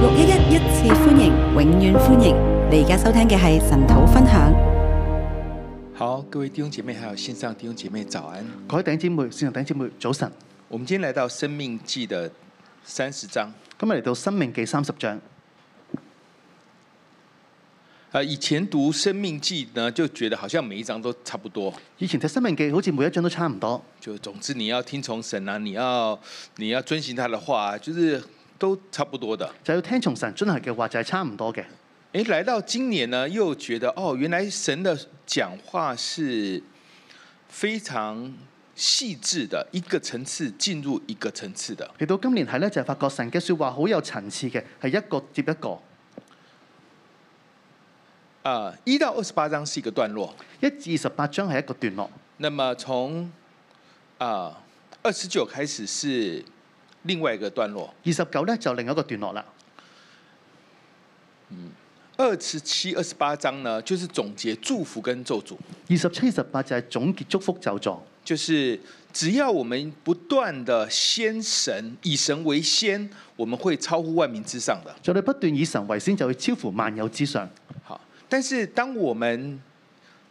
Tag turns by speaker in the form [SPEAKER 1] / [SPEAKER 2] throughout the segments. [SPEAKER 1] 六一一一次歡迎，永遠歡迎！你而家收聽嘅係神土分享。
[SPEAKER 2] 好，各位弟兄姐妹，还有线上弟兄姐妹，早安！
[SPEAKER 3] 各位弟兄姊妹、線上弟兄姊妹，早晨！
[SPEAKER 2] 我们今天来到《生命记》的三十章。
[SPEAKER 3] 今日嚟到《生命記》三十章。
[SPEAKER 2] 呃，以前读《生命记》呢，就觉得好像每一章都差不多。
[SPEAKER 3] 以前睇《生命記》，好似每一章都差唔多，
[SPEAKER 2] 就总之你要听从神啊，你要你要遵行他的话啊，就是都差不多的。
[SPEAKER 3] 就要聽從神遵行嘅話，就係差唔多嘅。
[SPEAKER 2] 诶，来到今年呢，又觉得哦，原来神的讲话是非常细致的，一个层次进入一个层次的。
[SPEAKER 3] 嚟到今年係咧，就係發覺神嘅説話好有層次嘅，係一個接一個。
[SPEAKER 2] 啊、一到二十八章是一个段落。
[SPEAKER 3] 一至二十八章係一個段落，
[SPEAKER 2] 那么从啊二十九开始是另外一个段落，
[SPEAKER 3] 二十九咧就另一個段落啦。
[SPEAKER 2] 二十七、二十八章呢，就是总结祝福跟咒诅，
[SPEAKER 3] 二十七、二十八就係總結祝福咒詛，
[SPEAKER 2] 就是只要我们不断的先神，以神为先，我们会超乎万民之上的。
[SPEAKER 3] 就你不斷以神為先，就會超乎萬有之上。
[SPEAKER 2] 好，但是当我们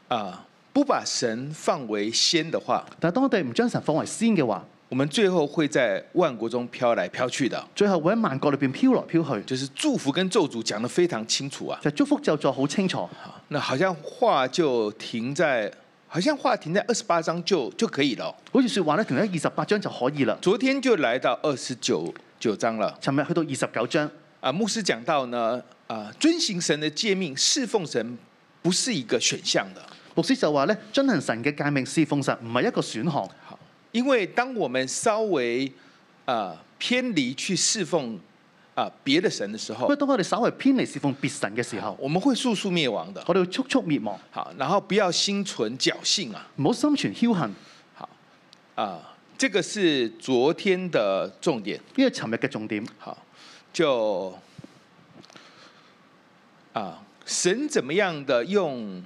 [SPEAKER 2] 啊不把神放为先的话，
[SPEAKER 3] 但係當我哋唔將神放為先嘅話，
[SPEAKER 2] 我们最后会在万国中飘来飘去的。
[SPEAKER 3] 最後會喺萬國裏邊飄來飄去，
[SPEAKER 2] 就是祝福跟咒诅讲得非常清楚啊。
[SPEAKER 3] 就祝福咒詛好清楚。
[SPEAKER 2] 好，那好像话就停在，好像话停在二十八章就就可以了哦。
[SPEAKER 3] 好似説話咧，停喺二十八章就可以啦。
[SPEAKER 2] 昨天就来到二十九九章了
[SPEAKER 3] 尋日去到二十九章，
[SPEAKER 2] 啊。牧师讲到呢，啊，遵行神的诫命，侍奉神不是一个选项的。
[SPEAKER 3] 牧師就話咧，遵行神嘅誡命侍奉神唔係一個選項，
[SPEAKER 2] 好，因为当我们稍微啊偏离去侍奉啊别的神的时
[SPEAKER 3] 不
[SPEAKER 2] 候
[SPEAKER 3] 過，當我哋稍為偏離侍奉別神嘅時候，
[SPEAKER 2] 我们会速速灭亡的。
[SPEAKER 3] 我哋會速速滅亡，
[SPEAKER 2] 好，然后不要心存侥幸啊
[SPEAKER 3] 唔好心存僥倖。呢
[SPEAKER 2] 啊，这个是昨天的重点。
[SPEAKER 3] 個係尋日嘅重點，
[SPEAKER 2] 好，就啊，神怎么样的用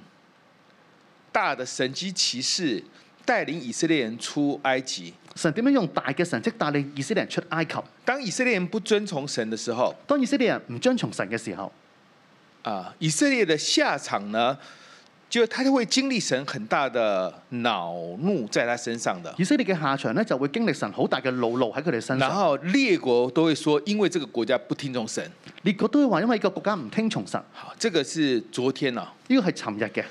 [SPEAKER 2] 大的神机骑士带领以色列人出埃及？
[SPEAKER 3] 神點樣用大嘅神蹟帶領以色列人出埃及？
[SPEAKER 2] 当以色列人不遵从神的時候，
[SPEAKER 3] 當以色列人唔遵從神嘅時候，
[SPEAKER 2] 啊，以色列的下场呢，就他就会经历神很大的恼怒在他身上的。
[SPEAKER 3] 以色列嘅下場咧就會經歷神好大嘅惱怒喺佢哋身
[SPEAKER 2] 然
[SPEAKER 3] 上。
[SPEAKER 2] 后列国都会說，因为这个國家不聽從神。
[SPEAKER 3] 列國都會話，因為個國家唔聽從神，
[SPEAKER 2] 好，這個是昨天啊。
[SPEAKER 3] 呢個係尋日嘅。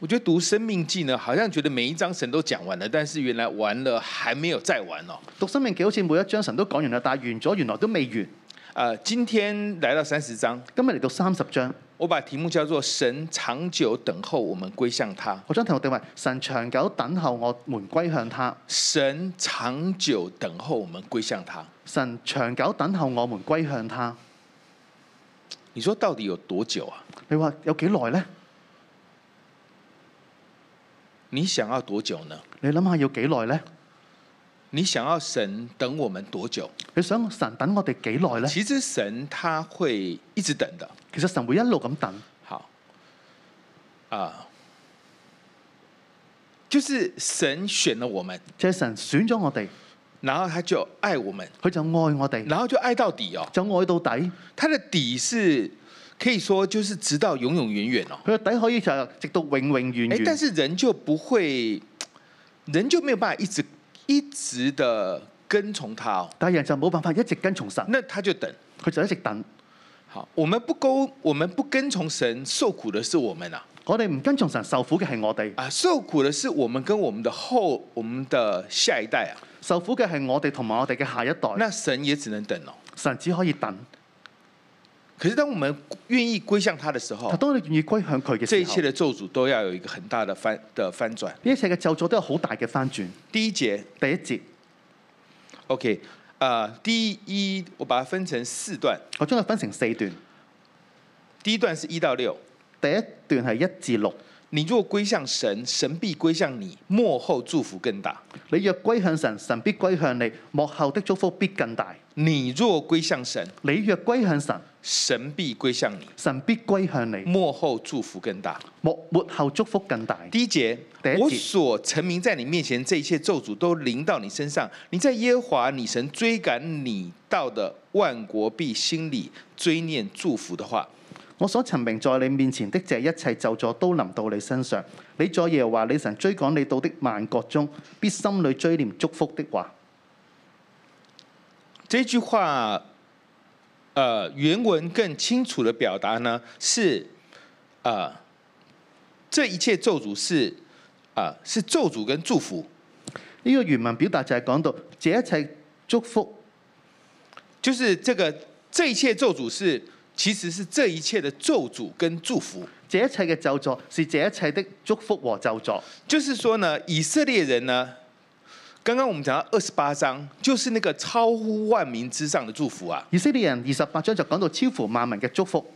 [SPEAKER 2] 我觉得读《生命记》呢，好像觉得每一章神都讲完了，但是原来完了还没有再完哦。
[SPEAKER 3] 讀生命記好似每一章神都講完啦，但係完咗原來都未完。
[SPEAKER 2] 呃，今天来到三十章，
[SPEAKER 3] 今日嚟到三十章，
[SPEAKER 2] 我把题目叫做“神长久等候我们归向他
[SPEAKER 3] 我將題目定為神長久等候我們歸向他。”，
[SPEAKER 2] 神长久等候我们归向他。
[SPEAKER 3] 神長久等候我們歸向他。
[SPEAKER 2] 你说到底有多久啊？
[SPEAKER 3] 你話有幾耐呢？
[SPEAKER 2] 你想要多久呢？
[SPEAKER 3] 你諗下要幾耐呢？
[SPEAKER 2] 你想要神等我们多久？
[SPEAKER 3] 你想神等我哋幾耐呢？
[SPEAKER 2] 其实神他会一直等的。
[SPEAKER 3] 其實神會一路咁等，
[SPEAKER 2] 好，啊、就是神选了我们。
[SPEAKER 3] 就係神選咗我哋，
[SPEAKER 2] 然后他就爱我们，
[SPEAKER 3] 佢就愛我哋，
[SPEAKER 2] 然后就爱到底哦。
[SPEAKER 3] 就愛到底。
[SPEAKER 2] 他的底是可以说就是直到永永远远哦。
[SPEAKER 3] 佢嘅底可以就係直到永永遠
[SPEAKER 2] 哎，但
[SPEAKER 3] 遠。
[SPEAKER 2] 是人就不会，人就没有办法一直一直的跟从他哦。
[SPEAKER 3] 但係人就冇辦法一直跟從神，
[SPEAKER 2] 那他就等。
[SPEAKER 3] 佢就一直等。
[SPEAKER 2] 好，我们不勾，我们不跟从神，受苦的是我们啊
[SPEAKER 3] 我哋唔跟從神受苦嘅係我哋，
[SPEAKER 2] 啊，受苦的是我们跟我们的后，我们的下一代啊。
[SPEAKER 3] 受苦嘅係我哋同埋我哋嘅下一代。
[SPEAKER 2] 那神也只能等哦。
[SPEAKER 3] 神只可以等。
[SPEAKER 2] 可是当我们愿意归向他的时候
[SPEAKER 3] 但，當你願意歸向佢嘅
[SPEAKER 2] 这一
[SPEAKER 3] 時
[SPEAKER 2] 切
[SPEAKER 3] 候，
[SPEAKER 2] 的咒诅都要有一个很大的翻的翻转。
[SPEAKER 3] 呢一切嘅咒詛都有好大嘅翻轉。
[SPEAKER 2] 第一节，
[SPEAKER 3] 第一節，
[SPEAKER 2] OK，啊，第一我把它分成四段，
[SPEAKER 3] 我將佢分成四段。
[SPEAKER 2] 第一段是一到六，
[SPEAKER 3] 第一段係一至六，
[SPEAKER 2] 你若归向神，神必归向你，幕后祝福更大；
[SPEAKER 3] 你若歸向神，神必歸向你，幕後的祝福必更大。
[SPEAKER 2] 你若归向神，
[SPEAKER 3] 你若歸向神，
[SPEAKER 2] 神必归向你，
[SPEAKER 3] 神必歸向你，
[SPEAKER 2] 幕后祝福更大。
[SPEAKER 3] 幕末後祝福更大。
[SPEAKER 2] 第一节
[SPEAKER 3] 第一，节
[SPEAKER 2] 我所陈明在你面前这一切咒诅都临到你身上，你在耶和华你神追赶你到的万国必心里追念祝福的话。
[SPEAKER 3] 我所陳明在你面前的這一切咒詛都臨到你身上。你在耶和華你神追趕你到的萬國中，必心裏追念祝福的話。
[SPEAKER 2] 这句话，呃，原文更清楚的表达呢是，呃，这一切咒诅是，呃，是咒诅跟祝福，
[SPEAKER 3] 呢、個原文表達就係講到這一切祝福，
[SPEAKER 2] 就是这个这一切咒诅是，其实是这一切的咒诅跟祝福。
[SPEAKER 3] 這一切嘅咒詛是這一切的祝福和咒詛。
[SPEAKER 2] 就是说呢，以色列人呢，刚刚我们讲到二十八章，就是那个超乎万民之上的祝福啊，
[SPEAKER 3] 以色列人二十八章就講到超乎萬民嘅祝福，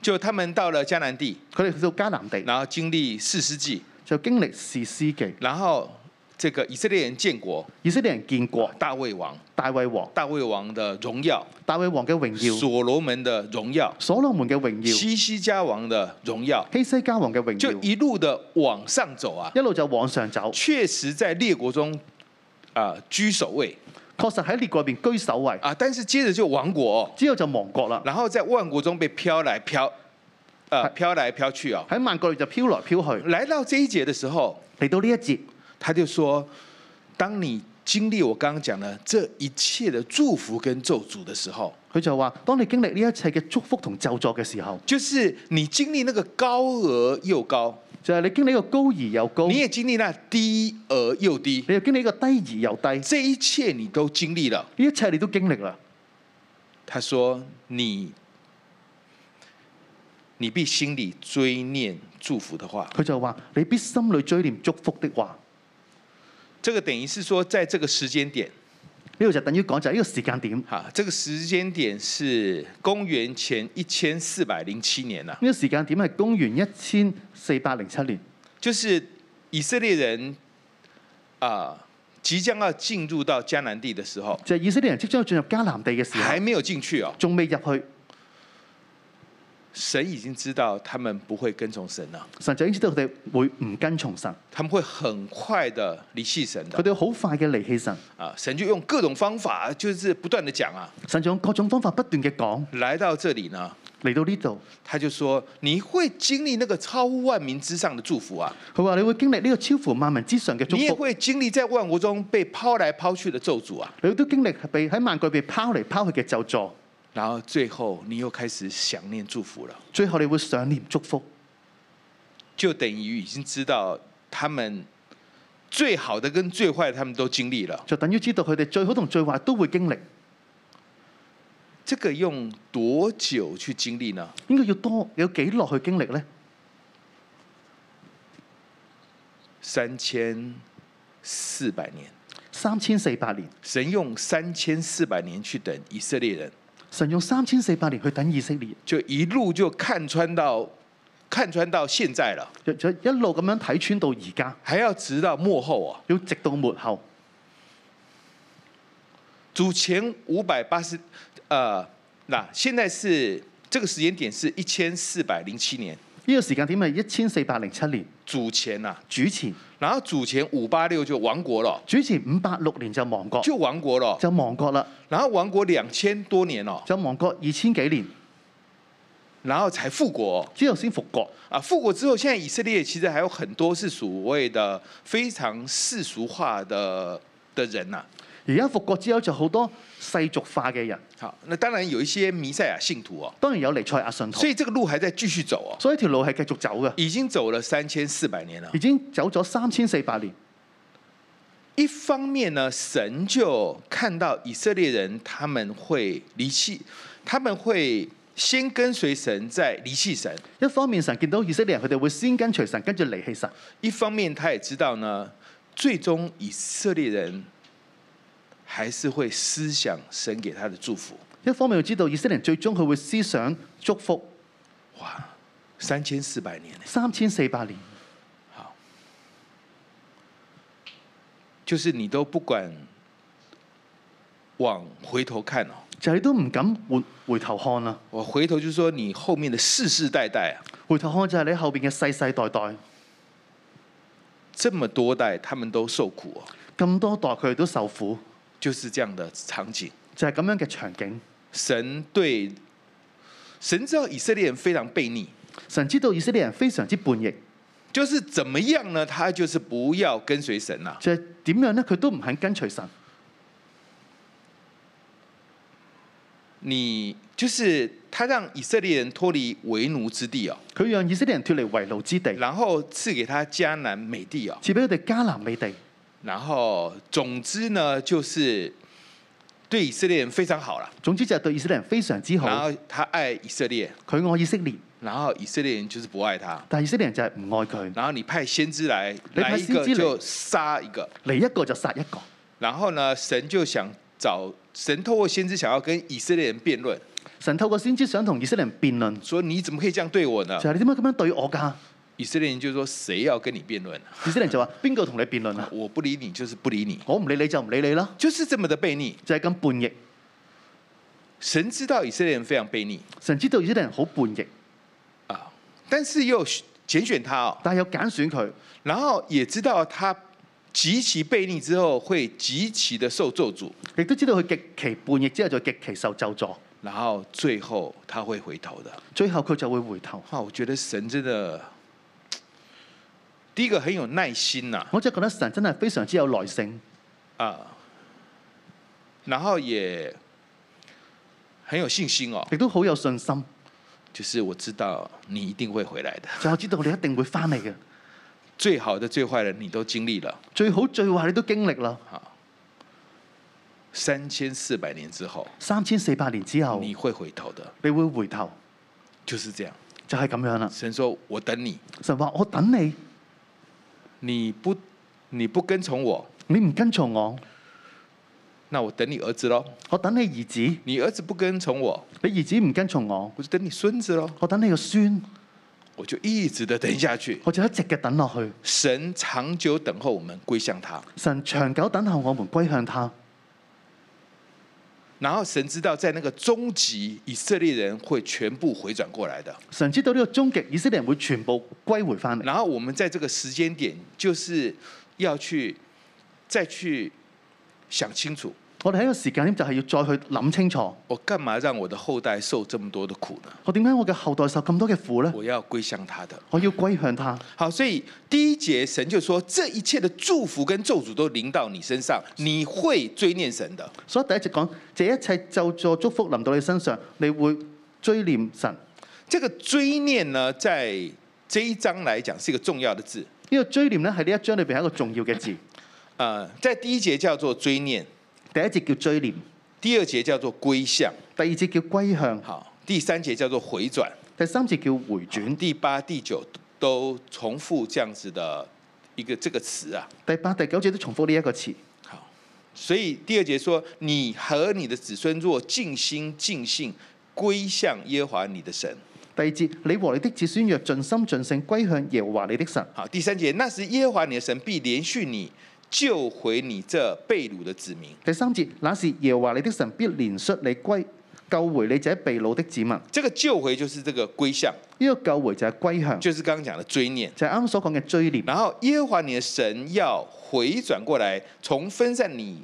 [SPEAKER 2] 就他们到了迦南地，
[SPEAKER 3] 佢哋去到迦南地
[SPEAKER 2] 然后经历四世纪，
[SPEAKER 3] 就經歷士師記，
[SPEAKER 2] 然后这个以色列人建国，
[SPEAKER 3] 以色列人建國，
[SPEAKER 2] 大卫王，
[SPEAKER 3] 大衛王、
[SPEAKER 2] 大卫王的荣耀，
[SPEAKER 3] 大衛王嘅榮耀，
[SPEAKER 2] 所罗门的荣耀，
[SPEAKER 3] 所羅門嘅榮耀，
[SPEAKER 2] 西西家王的荣耀，
[SPEAKER 3] 希西家王嘅榮
[SPEAKER 2] 就
[SPEAKER 3] 耀，
[SPEAKER 2] 一路的往上走啊，
[SPEAKER 3] 一路就往上走，
[SPEAKER 2] 确实在列国中啊、呃居首位
[SPEAKER 3] 確實喺列國入邊居首位。
[SPEAKER 2] 啊、但是接着就亡国哦、
[SPEAKER 3] 之後就亡國啦，
[SPEAKER 2] 然后在万国中被飘来飘，呃，
[SPEAKER 3] 嗨
[SPEAKER 2] 飘来飘去哦。
[SPEAKER 3] 喺萬國裏就飄來飄去。
[SPEAKER 2] 来到这一节的时候，
[SPEAKER 3] 嚟到呢一節，
[SPEAKER 2] 他就说：，当你经历我刚刚讲的这一切的祝福跟咒诅的时候，
[SPEAKER 3] 佢就話：當你經歷呢一切嘅祝福同咒詛嘅時候，
[SPEAKER 2] 就是你经历那个高而又高，
[SPEAKER 3] 就係、你經歷一個高而又高，
[SPEAKER 2] 你
[SPEAKER 3] 你
[SPEAKER 2] 也经历那低而又低，
[SPEAKER 3] 又經歷一個低而又低，呢
[SPEAKER 2] 这一切你都经历了。
[SPEAKER 3] 一切你都經歷啦。
[SPEAKER 2] 他说：你，你必心里追念祝福的话。
[SPEAKER 3] 佢就話：你必心裏追念祝福的話。
[SPEAKER 2] 这个等于是说，在这个时间点。
[SPEAKER 3] 呢度就等於講就係呢個時間點，呢、
[SPEAKER 2] 好，这个时间点是公元前一千四百零七年了、
[SPEAKER 3] 個時間點係公元一千四百零七年，
[SPEAKER 2] 就是以色列人啊、即将要进入到迦南地的时候，
[SPEAKER 3] 就係、以色列人即將要進入迦南地嘅時
[SPEAKER 2] 还
[SPEAKER 3] 候，
[SPEAKER 2] 没有进去哦，
[SPEAKER 3] 仲未入去，
[SPEAKER 2] 神已经知道他们不会跟从神了，
[SPEAKER 3] 神就已經知道佢哋會唔跟從神，
[SPEAKER 2] 他們會很快的离弃神
[SPEAKER 3] 佢
[SPEAKER 2] 的
[SPEAKER 3] 哋好快嘅離棄神，
[SPEAKER 2] 啊，神就用各种方法，就是不断的讲啊，
[SPEAKER 3] 神就用各種方法不斷嘅講
[SPEAKER 2] 来到这里呢，
[SPEAKER 3] 嚟到呢度。
[SPEAKER 2] 他就说你会经历那个超乎万民之上的祝福啊，
[SPEAKER 3] 佢話：你會經歷呢個超乎萬民之上嘅祝
[SPEAKER 2] 你也
[SPEAKER 3] 福，
[SPEAKER 2] 会经历在萬国中被抛來抛去的咒诅啊。
[SPEAKER 3] 你都經歷被喺萬句被拋嚟拋去嘅咒詛，
[SPEAKER 2] 然后最后你又开始想念祝福了，
[SPEAKER 3] 最後你會想念祝福，
[SPEAKER 2] 就等于已经知道他们最好的跟最坏的他们都经历了。
[SPEAKER 3] 就等於知道佢哋最好同最壞都會經歷。
[SPEAKER 2] 这个用多久去经历呢？
[SPEAKER 3] 應該要多有幾耐去經歷呢？
[SPEAKER 2] 三千四百年，
[SPEAKER 3] 三千四百年，
[SPEAKER 2] 神用三千四百年去等以色列人，
[SPEAKER 3] 神用三千四百年去等以色列人，
[SPEAKER 2] 就一路就看穿到看穿到现在了，
[SPEAKER 3] 就就一路咁樣睇穿到而家，
[SPEAKER 2] 还要直到幕后啊，
[SPEAKER 3] 要直到末後。
[SPEAKER 2] 主前五百八十，呃，那现在是这个时间点是一千四百零七年。
[SPEAKER 3] 呢、個時間點係一千四百零七年，
[SPEAKER 2] 主前呐、
[SPEAKER 3] 主前
[SPEAKER 2] 然后主前五八六就亡国了，
[SPEAKER 3] 主前五八六年就亡國，
[SPEAKER 2] 就亡国了，
[SPEAKER 3] 就亡國啦，
[SPEAKER 2] 然后亡国兩千多年哦，
[SPEAKER 3] 就亡國二千幾年
[SPEAKER 2] 然後才复国哦
[SPEAKER 3] 之後先復國。
[SPEAKER 2] 啊。复国之后，现在以色列其实还有很多是所谓的非常世俗化的的人啊呐、
[SPEAKER 3] 而家復國之後就好多世俗化嘅人，
[SPEAKER 2] 好，那当然有一些弥赛亚信徒哦，
[SPEAKER 3] 當然有尼賽亞信徒
[SPEAKER 2] 所，以這個路還在繼續走哦，
[SPEAKER 3] 所以條路係繼續走嘅，
[SPEAKER 2] 已經走了三千四百年了
[SPEAKER 3] 已。經走咗三千四百年。
[SPEAKER 2] 一方面呢，神就看到以色列人他们会离弃，他们会先跟随神，再离弃神。
[SPEAKER 3] 一方面神見到以色列人佢哋會先跟隨神，跟住離棄神；
[SPEAKER 2] 一方面，他也知道呢，最终以色列人还是会思想神给他的祝福。
[SPEAKER 3] 一方面要知道以色列人最終佢會思想祝福。
[SPEAKER 2] 哇，三千四百年呢，
[SPEAKER 3] 三千四百年，
[SPEAKER 2] 就是你都不管往回头看哦，
[SPEAKER 3] 就係你都唔敢回回頭看啦。
[SPEAKER 2] 我回头就是说你后面的世世代代啊，
[SPEAKER 3] 回頭看就係你後邊嘅世世代代
[SPEAKER 2] 这么多代他们都受苦哦，
[SPEAKER 3] 咁多代，佢哋都受苦，
[SPEAKER 2] 就是这样的场景。
[SPEAKER 3] 就係、咁樣嘅場景。
[SPEAKER 2] 神对神知道以色列人非常悖逆，
[SPEAKER 3] 神知道以色列人非常之叛逆，
[SPEAKER 2] 就是怎么样呢？他就是不要跟随神呐、
[SPEAKER 3] 就係、點樣呢？佢都唔肯跟隨神。
[SPEAKER 2] 你就是他让以色列人脱离为奴之地哦，
[SPEAKER 3] 佢讓以色列人脱離為奴之地，
[SPEAKER 2] 然后赐给他迦南美地哦，
[SPEAKER 3] 賜俾佢哋迦南美地。
[SPEAKER 2] 然后总之呢，就是对以色列人非常好了。
[SPEAKER 3] 總之就係對以色列人非常之好
[SPEAKER 2] 然。后他愛以色列，
[SPEAKER 3] 佢愛以色列，
[SPEAKER 2] 然后以色列人就是不爱他。
[SPEAKER 3] 但係以色列人就係唔愛佢。
[SPEAKER 2] 然后你派先知来，
[SPEAKER 3] 你
[SPEAKER 2] 来
[SPEAKER 3] 派
[SPEAKER 2] 一
[SPEAKER 3] 先
[SPEAKER 2] 个
[SPEAKER 3] 知嚟
[SPEAKER 2] 就杀一个。
[SPEAKER 3] 嚟一個就殺一個。
[SPEAKER 2] 然后呢，神就想找神透过先知想要跟以色列人辩论，
[SPEAKER 3] 神透過先知想同以色列人辯論，
[SPEAKER 2] 说你怎么可以这样对我呢
[SPEAKER 3] 就？係、你點解咁樣對我㗎？
[SPEAKER 2] 以色列人就说谁要跟你辩论啊？
[SPEAKER 3] 以色列人就話：邊個同你辯論啊？
[SPEAKER 2] 我不理你就是不理你，
[SPEAKER 3] 我唔理你就唔理你啦，
[SPEAKER 2] 就是这么的悖逆。
[SPEAKER 3] 就係、咁叛逆。
[SPEAKER 2] 神知道以色列人非常悖逆
[SPEAKER 3] 神知道以色列人好叛逆，
[SPEAKER 2] 啊，但是又拣选他哦，
[SPEAKER 3] 但係有揀選佢，
[SPEAKER 2] 然后也知道他极其悖逆之后会极其的受咒诅，
[SPEAKER 3] 亦都知道佢極其叛逆之後就極其受咒詛，
[SPEAKER 2] 然后最後他會回頭的。
[SPEAKER 3] 最後佢就會回頭。
[SPEAKER 2] 哇，我覺得神真的，第一個很有耐心呐、
[SPEAKER 3] 我真係覺得神真係非常之有耐性，
[SPEAKER 2] 啊，然後也很有信心哦，
[SPEAKER 3] 亦都好有信心。
[SPEAKER 2] 就是我知道你一定會回來的，
[SPEAKER 3] 就我知道你一定會翻嚟嘅，
[SPEAKER 2] 最好的、最壞的你都經歷了，
[SPEAKER 3] 最好最壞你都經歷啦。
[SPEAKER 2] 三千四百年之後
[SPEAKER 3] 三千四百年之後，
[SPEAKER 2] 你會回頭的，
[SPEAKER 3] 你會回頭，
[SPEAKER 2] 就是這樣。
[SPEAKER 3] 就係、咁樣啦。
[SPEAKER 2] 神說：“我等你，
[SPEAKER 3] 神話我等你，
[SPEAKER 2] 你不你不跟從我，
[SPEAKER 3] 你唔跟從我，
[SPEAKER 2] 那我等你兒子咯；
[SPEAKER 3] 我等你兒子，
[SPEAKER 2] 你兒子不跟從我，
[SPEAKER 3] 你兒子唔跟從我，
[SPEAKER 2] 我就等你孫子咯。”
[SPEAKER 3] 我等你個孫，
[SPEAKER 2] 我就一直的等下去。
[SPEAKER 3] 我就一直嘅等落去。
[SPEAKER 2] 神长久等候我们归向他，
[SPEAKER 3] 神長久等候我們歸向他。
[SPEAKER 2] 然后神知道在那个终极以色列人会全部回转过来的。
[SPEAKER 3] 神知道呢個終極以色列人會全部歸回翻嚟。
[SPEAKER 2] 然后我们在这个时间点，就是要去再去想清楚，
[SPEAKER 3] 我哋喺個時間點就係要再去諗清楚，
[SPEAKER 2] 我干嘛让我的后代受这么多的苦呢？
[SPEAKER 3] 我點解我嘅後代受咁多嘅苦呢？
[SPEAKER 2] 我要归向他的。
[SPEAKER 3] 我要歸向他。
[SPEAKER 2] 好，所以第一节神就说，这一切的祝福跟咒诅都临到你身上，你会追念神的。
[SPEAKER 3] 所以第一節講，這一切就助祝福臨到你身上，你會追念神。呢、
[SPEAKER 2] 这个追念呢，在这一章来讲是一个重要的字。
[SPEAKER 3] 個追念咧喺呢一章裏邊係一個重要嘅字。
[SPEAKER 2] 呃，在第一节叫做追念，
[SPEAKER 3] 第一節叫追念，
[SPEAKER 2] 第二节叫做归向，
[SPEAKER 3] 第二節叫歸向，
[SPEAKER 2] 好，第三节叫做回转，
[SPEAKER 3] 第三節叫回轉，
[SPEAKER 2] 第八、第九都重复这样子的一个这个词啊。
[SPEAKER 3] 第八、第九節都重複呢一個詞。
[SPEAKER 2] 好，所以第二节说，你和你的子孙若尽心尽性归向耶和华你的神。
[SPEAKER 3] 第二節，你和你的子孫若盡心盡性歸向耶和華你的神。
[SPEAKER 2] 好，第三节，那时耶和华你的神必连续你，救回你这被掳的子民。
[SPEAKER 3] 第三節，那時耶和華你的神必憐恤你歸救回你這被掳的子民。呢、
[SPEAKER 2] 这个救回就是这个归向，
[SPEAKER 3] 個救回就係歸向，
[SPEAKER 2] 就是刚刚讲的追念。
[SPEAKER 3] 就係啱啱所講嘅追念。
[SPEAKER 2] 然后耶和华你的神要回转过来，从分散你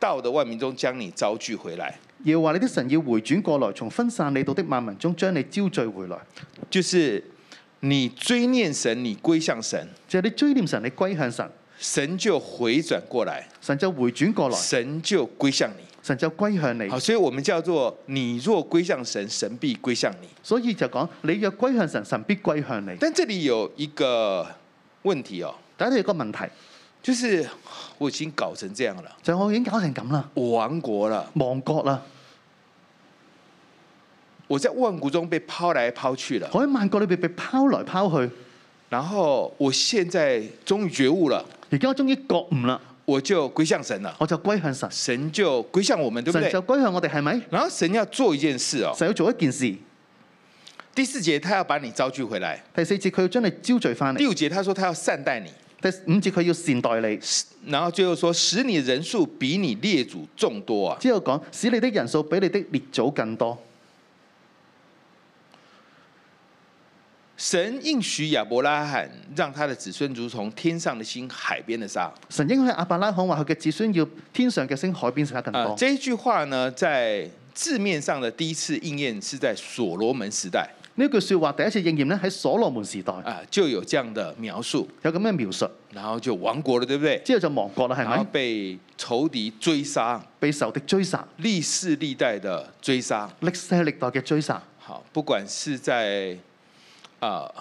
[SPEAKER 2] 到的万民中将你招聚回来，
[SPEAKER 3] 耶和華你的神要回轉過來，從分散你到的萬民中將你招聚回來。
[SPEAKER 2] 就是你追念神，你归向神，
[SPEAKER 3] 就係、你追念神，你歸向神，
[SPEAKER 2] 神就回转过来，
[SPEAKER 3] 神就回轉過來，
[SPEAKER 2] 神就归向你。
[SPEAKER 3] 神就歸向你
[SPEAKER 2] 好，。所以我们叫做你若归向神，神必归向你。
[SPEAKER 3] 所以就講，你若歸向神，神必歸向你。
[SPEAKER 2] 但这里有一個问题哦，
[SPEAKER 3] 但係有一個問題，
[SPEAKER 2] 就是我已经搞成这样了，
[SPEAKER 3] 就係、我已經搞成咁啦，
[SPEAKER 2] 我亡国了，
[SPEAKER 3] 亡國啦，
[SPEAKER 2] 我在万国中被抛来抛去了，
[SPEAKER 3] 我喺萬國裏邊被拋來拋去，
[SPEAKER 2] 然后我现在终于觉悟了。
[SPEAKER 3] 而家我終於覺悟啦，
[SPEAKER 2] 我就归向神了，
[SPEAKER 3] 我就歸向神，
[SPEAKER 2] 神就归向我们，对不
[SPEAKER 3] 神
[SPEAKER 2] 对
[SPEAKER 3] 就？歸向我哋，係咪？
[SPEAKER 2] 然后神要做一件事哦，
[SPEAKER 3] 神要做一件事。
[SPEAKER 2] 第四节他要把你招聚回来，
[SPEAKER 3] 第四節佢要將你招聚翻嚟
[SPEAKER 2] 第。五节他说他要善待你，
[SPEAKER 3] 第五節佢要善待你，
[SPEAKER 2] 然后最后说使你人數比你列祖众多啊。
[SPEAKER 3] 之後講使你的人數比你的列祖更多。
[SPEAKER 2] 神应许亚伯拉罕，让他的子孙如同天上的星、海边的沙。啊、
[SPEAKER 3] 神應許阿伯拉罕話：佢嘅子孫要天上嘅星、海邊沙更多。
[SPEAKER 2] 啊这一句话呢，在字面上的第一次应验是在所罗门时代
[SPEAKER 3] 呢句説話第一次應驗咧喺所羅門時代
[SPEAKER 2] 啊，就有这样的描述，
[SPEAKER 3] 有咁嘅描述，
[SPEAKER 2] 然后就亡国了，对不对？
[SPEAKER 3] 之後就亡國啦，係
[SPEAKER 2] 然后
[SPEAKER 3] 咪？
[SPEAKER 2] 被仇敌追杀，
[SPEAKER 3] 被仇敵追殺，
[SPEAKER 2] 历世历代的追杀。
[SPEAKER 3] 歷世歷代嘅追殺，
[SPEAKER 2] 好，不管是在啊、呃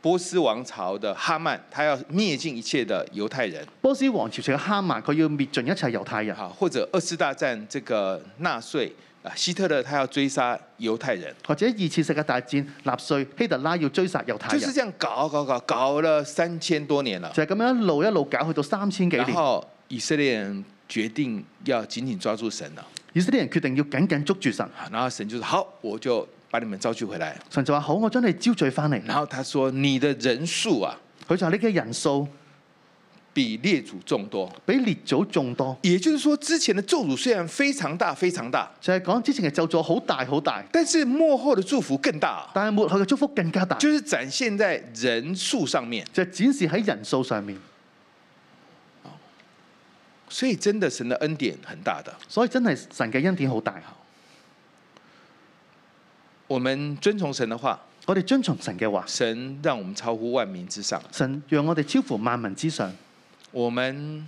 [SPEAKER 2] 波斯王朝的哈曼，他要灭尽一切的犹太人，
[SPEAKER 3] 波斯王朝除咗哈曼，佢要滅盡一切猶太人，
[SPEAKER 2] 好，或者二次大战这个纳粹啊，希特勒他要追杀犹太人，
[SPEAKER 3] 或者二次世界大戰納粹希特拉要追殺猶太
[SPEAKER 2] 就
[SPEAKER 3] 人，
[SPEAKER 2] 是这样搞搞搞搞了三千多年了，
[SPEAKER 3] 就係咁樣一路一路搞去到三千幾
[SPEAKER 2] 然
[SPEAKER 3] 年，
[SPEAKER 2] 后以色列人决定要紧紧抓住神了，
[SPEAKER 3] 以色列人決定要緊緊捉住神，
[SPEAKER 2] 好然后神就说好，我就把你们招聚回来，
[SPEAKER 3] 神就話：好，我將你招聚翻嚟。
[SPEAKER 2] 然后他说你的人数啊
[SPEAKER 3] 佢就話呢嘅人數
[SPEAKER 2] 比列祖众多，
[SPEAKER 3] 比列祖眾多，
[SPEAKER 2] 也就是说之前的咒诅虽然非常大非常大。
[SPEAKER 3] 就係講之前嘅咒詛好大好大，
[SPEAKER 2] 但是幕后的祝福更大啊，
[SPEAKER 3] 但係末後嘅祝福更加大，
[SPEAKER 2] 就是展现在人数上面。
[SPEAKER 3] 就係展示喺人數上面。
[SPEAKER 2] 所以真的，神的恩典很大的。
[SPEAKER 3] 所以真係神嘅恩典好大。
[SPEAKER 2] 我们遵从神的话，
[SPEAKER 3] 我哋遵從神嘅話，
[SPEAKER 2] 神让我们超乎万民之上。
[SPEAKER 3] 神讓我哋超乎萬民之上。
[SPEAKER 2] 我们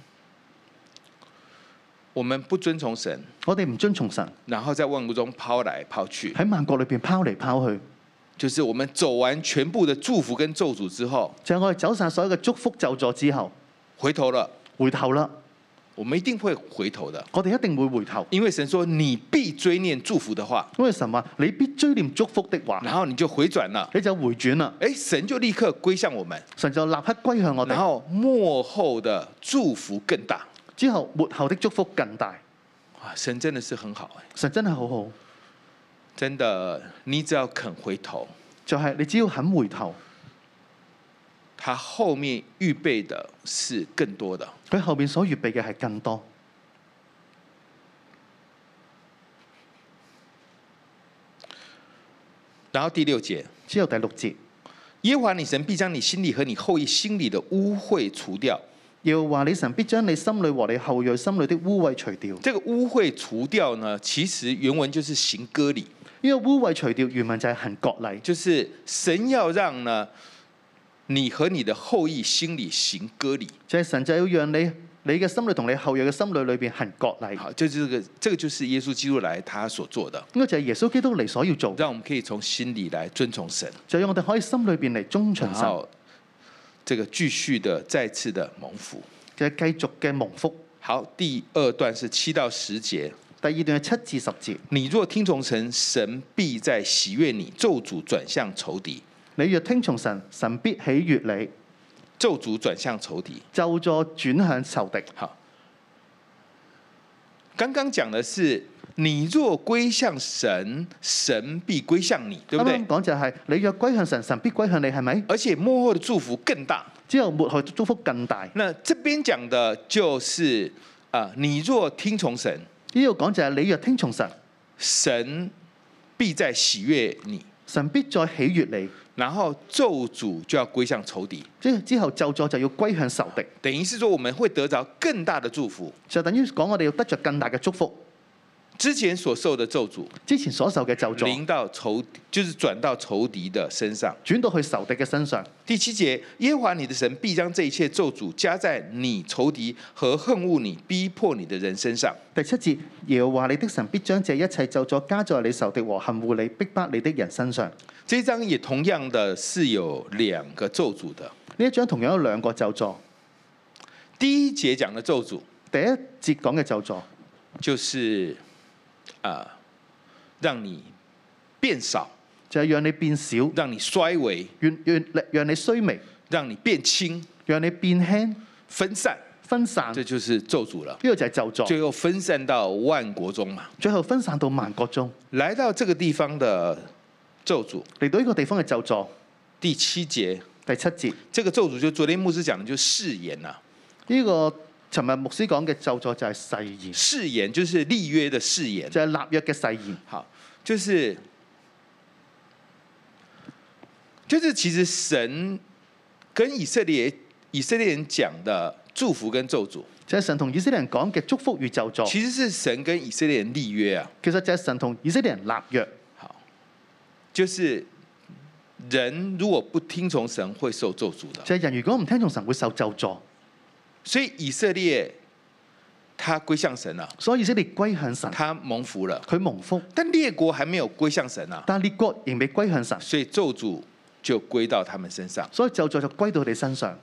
[SPEAKER 2] 我们不遵从神，
[SPEAKER 3] 我哋唔遵從神，
[SPEAKER 2] 然后在万物中抛来抛去，
[SPEAKER 3] 喺萬國裏邊拋嚟拋去，
[SPEAKER 2] 就是我们走完全部的祝福跟咒诅之后，
[SPEAKER 3] 就係、我哋走晒所有嘅祝福咒詛之後，
[SPEAKER 2] 回头了，
[SPEAKER 3] 回頭啦。
[SPEAKER 2] 我们一定会回头的，
[SPEAKER 3] 我哋一定會回頭，
[SPEAKER 2] 因为神说你必追念祝福的话，
[SPEAKER 3] 因為神話你必追念祝福的話，
[SPEAKER 2] 然后你就回转了。
[SPEAKER 3] 你就回轉啦。
[SPEAKER 2] 哎，神就立刻归向我们，
[SPEAKER 3] 神就立刻歸向我
[SPEAKER 2] 然
[SPEAKER 3] 哋，
[SPEAKER 2] 后幕后的祝福更大
[SPEAKER 3] 之後末後的祝福更大。
[SPEAKER 2] 啊！神真的是很好哎，
[SPEAKER 3] 神真係好好，
[SPEAKER 2] 真的，你只要肯回头，
[SPEAKER 3] 就係、你只要肯回頭，
[SPEAKER 2] 他后面预备的是更多的。
[SPEAKER 3] 佢後面所預備嘅係更多。
[SPEAKER 2] 然后第六节，
[SPEAKER 3] 之後第六節，
[SPEAKER 2] 耶和华你神必将你心里和你后裔心里的污秽除掉。
[SPEAKER 3] 要話你神必將你心裏和你後裔心裏的污穢除掉。
[SPEAKER 2] 这个污秽除掉呢，其实原文就是行割礼，
[SPEAKER 3] 呢個污穢除掉原文就係行割禮，
[SPEAKER 2] 就是神要让呢你和你的后裔心里行割礼。
[SPEAKER 3] 就係、神就要讓你你嘅心裏同你後裔嘅心裏裏邊行割禮。
[SPEAKER 2] 好，就是这个，这个就是耶稣基督来他所做的。
[SPEAKER 3] 呢個就係耶穌基督嚟所要做，
[SPEAKER 2] 让我们可以从心里来遵从神，
[SPEAKER 3] 就讓我哋可以心裏邊嚟忠
[SPEAKER 2] 然
[SPEAKER 3] 循神，
[SPEAKER 2] 后这个继续的再次的蒙福。
[SPEAKER 3] 就係繼續嘅蒙福。
[SPEAKER 2] 好，第二段是七到十节。
[SPEAKER 3] 第二段係七至十節，
[SPEAKER 2] 你若听从神，神必在喜悦你；咒诅转向仇敌，
[SPEAKER 3] 你若聽從神，神必喜悦你，
[SPEAKER 2] 咒诅转向仇敌。
[SPEAKER 3] 就助轉向仇敵。
[SPEAKER 2] 好，刚刚讲的是你若归向神，神必归向你，对
[SPEAKER 3] 啱
[SPEAKER 2] 不对
[SPEAKER 3] 啱？講就係、你若歸向神，神必歸向你，係咪？
[SPEAKER 2] 而且幕后的祝福更大。
[SPEAKER 3] 之後末後祝福更大。
[SPEAKER 2] 那这边讲的就是啊、你若听从神，
[SPEAKER 3] 呢度講就係你若聽從神，
[SPEAKER 2] 神必在喜悦你，
[SPEAKER 3] 神必再喜悦你。
[SPEAKER 2] 然后咒诅就要归向仇敌，
[SPEAKER 3] 即之後咒詛就要歸向仇敵，
[SPEAKER 2] 等于是說我們會得着更大的祝福，
[SPEAKER 3] 就等於講我哋要得着更大嘅祝福。
[SPEAKER 2] 之前所受的咒诅
[SPEAKER 3] 之前所受嘅咒詛
[SPEAKER 2] 臨到仇，就是轉到仇敵的身上。
[SPEAKER 3] 轉到去仇敵嘅身上。
[SPEAKER 2] 第七節，耶和華你的神必將这一切咒诅加在你仇敵和恨恶你、逼迫你的人身上。
[SPEAKER 3] 第七節，耶和華你的神必將這一切咒詛加在你仇敵和恨護你、逼迫你的人身上。
[SPEAKER 2] 这一章也同樣的是有兩個咒詛的。
[SPEAKER 3] 呢一章同樣有兩個咒詛。
[SPEAKER 2] 第一節講的咒詛
[SPEAKER 3] 第一節講嘅咒詛
[SPEAKER 2] 就是啊、讓你变少，
[SPEAKER 3] 就係、讓你變少，
[SPEAKER 2] 讓你衰微，
[SPEAKER 3] 讓讓讓你衰微，
[SPEAKER 2] 讓你变轻、
[SPEAKER 3] 讓你變輕
[SPEAKER 2] 分散，
[SPEAKER 3] 分散。
[SPEAKER 2] 这
[SPEAKER 3] 呢
[SPEAKER 2] 就是咒诅了。
[SPEAKER 3] 個就係咒詛。
[SPEAKER 2] 最後分散到万国中嘛。
[SPEAKER 3] 最後分散到萬國中。
[SPEAKER 2] 来到这个地方的咒诅。
[SPEAKER 3] 嚟到呢個地方嘅咒助，
[SPEAKER 2] 第七节，
[SPEAKER 3] 第七節，
[SPEAKER 2] 这个咒诅就昨天牧师讲的，就是誓言呐、啊。
[SPEAKER 3] 呢、個尋日牧師講嘅咒助就係誓言，
[SPEAKER 2] 誓言就是立约的誓言。
[SPEAKER 3] 就係、立約嘅誓言。
[SPEAKER 2] 好，就是就是，其实神跟以色列以色列人讲的祝福跟咒诅，
[SPEAKER 3] 就係、神同以色列人講嘅祝福與咒助，
[SPEAKER 2] 其實是神跟以色列人立約啊。
[SPEAKER 3] 其實就係神同以色列人立約。
[SPEAKER 2] 好，就是人如果不听从神，会受咒诅的。
[SPEAKER 3] 就係、人如果唔聽從神會受咒助，
[SPEAKER 2] 所以以色列他归向神了，
[SPEAKER 3] 所以以色列歸向神，
[SPEAKER 2] 他蒙福了，
[SPEAKER 3] 佢蒙福，
[SPEAKER 2] 但列国还没有归向神啊，
[SPEAKER 3] 但列國仍未歸向神，
[SPEAKER 2] 所以咒诅就归到他们身上。
[SPEAKER 3] 所以咒助就歸到佢哋身上。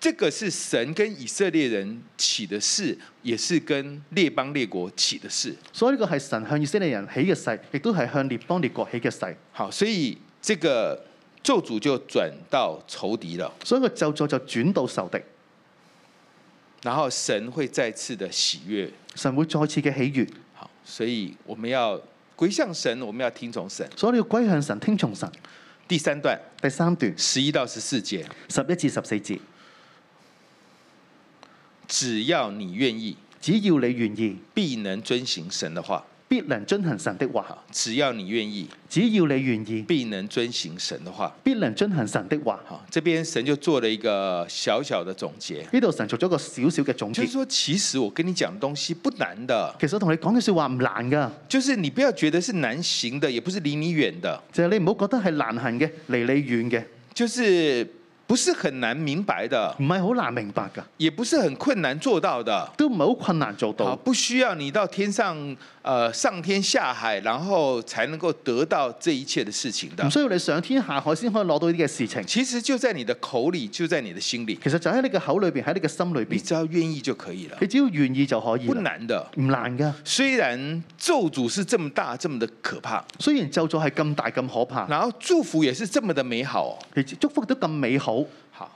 [SPEAKER 2] 这个是神跟以色列人起的誓，也是跟列邦列国起的誓。
[SPEAKER 3] 所以呢個係神向以色列人起嘅誓，亦都係向列邦列國起嘅誓。
[SPEAKER 2] 好，所以这个咒诅就转到仇敌了，
[SPEAKER 3] 所以個咒助就轉到仇敵，
[SPEAKER 2] 然后神会再次的喜悦。
[SPEAKER 3] 神會再次嘅喜悅。
[SPEAKER 2] 好，所以我们要归向神，我们要听从神。
[SPEAKER 3] 所以你要歸向神，聽從神。
[SPEAKER 2] 第三段
[SPEAKER 3] 第三段
[SPEAKER 2] 十一到十四节，
[SPEAKER 3] 十一至十四節，
[SPEAKER 2] 只要你愿意，
[SPEAKER 3] 只要你願意，
[SPEAKER 2] 必能遵行神的话。
[SPEAKER 3] 必能遵行神的話。
[SPEAKER 2] 好，只要你愿意，
[SPEAKER 3] 只要你願意，
[SPEAKER 2] 必能遵行神的话。
[SPEAKER 3] 必能遵行神的話。
[SPEAKER 2] 好，这边神就做了一个小小的总结，
[SPEAKER 3] 呢度神做咗個小小嘅總
[SPEAKER 2] 就是
[SPEAKER 3] 結。
[SPEAKER 2] 说，其实我跟你讲的东西不难的，
[SPEAKER 3] 其實我同你講嘅説話唔難㗎，
[SPEAKER 2] 就是你不要觉得是难行的，也不是离你远的，
[SPEAKER 3] 就係、你唔好覺得係難行嘅、離你遠嘅，
[SPEAKER 2] 就是不是很難明白的，
[SPEAKER 3] 唔係好難明白㗎，
[SPEAKER 2] 也不是很困难做到的。
[SPEAKER 3] 都唔係好困難做
[SPEAKER 2] 好，
[SPEAKER 3] 到，
[SPEAKER 2] 不需要你到天上，呃，上天下海，然后才能够得到这一切的事情的
[SPEAKER 3] 唔。需要你上天下海先可以攞到呢啲嘅事情。
[SPEAKER 2] 其实就在你的口里，就在你的心里，
[SPEAKER 3] 其實就喺你嘅口裏邊，喺你嘅心裏
[SPEAKER 2] 你
[SPEAKER 3] 邊，
[SPEAKER 2] 只要愿意就嗯可以了
[SPEAKER 3] 你，只要願意就可以
[SPEAKER 2] 不
[SPEAKER 3] 啦，
[SPEAKER 2] 难的。
[SPEAKER 3] 唔難㗎。
[SPEAKER 2] 虽然咒诅是这么大，这么的可怕，
[SPEAKER 3] 雖然咒咗係咁大咁可怕，
[SPEAKER 2] 然后祝福也是这么的美好、哦。
[SPEAKER 3] 其實祝福都咁美好。
[SPEAKER 2] 好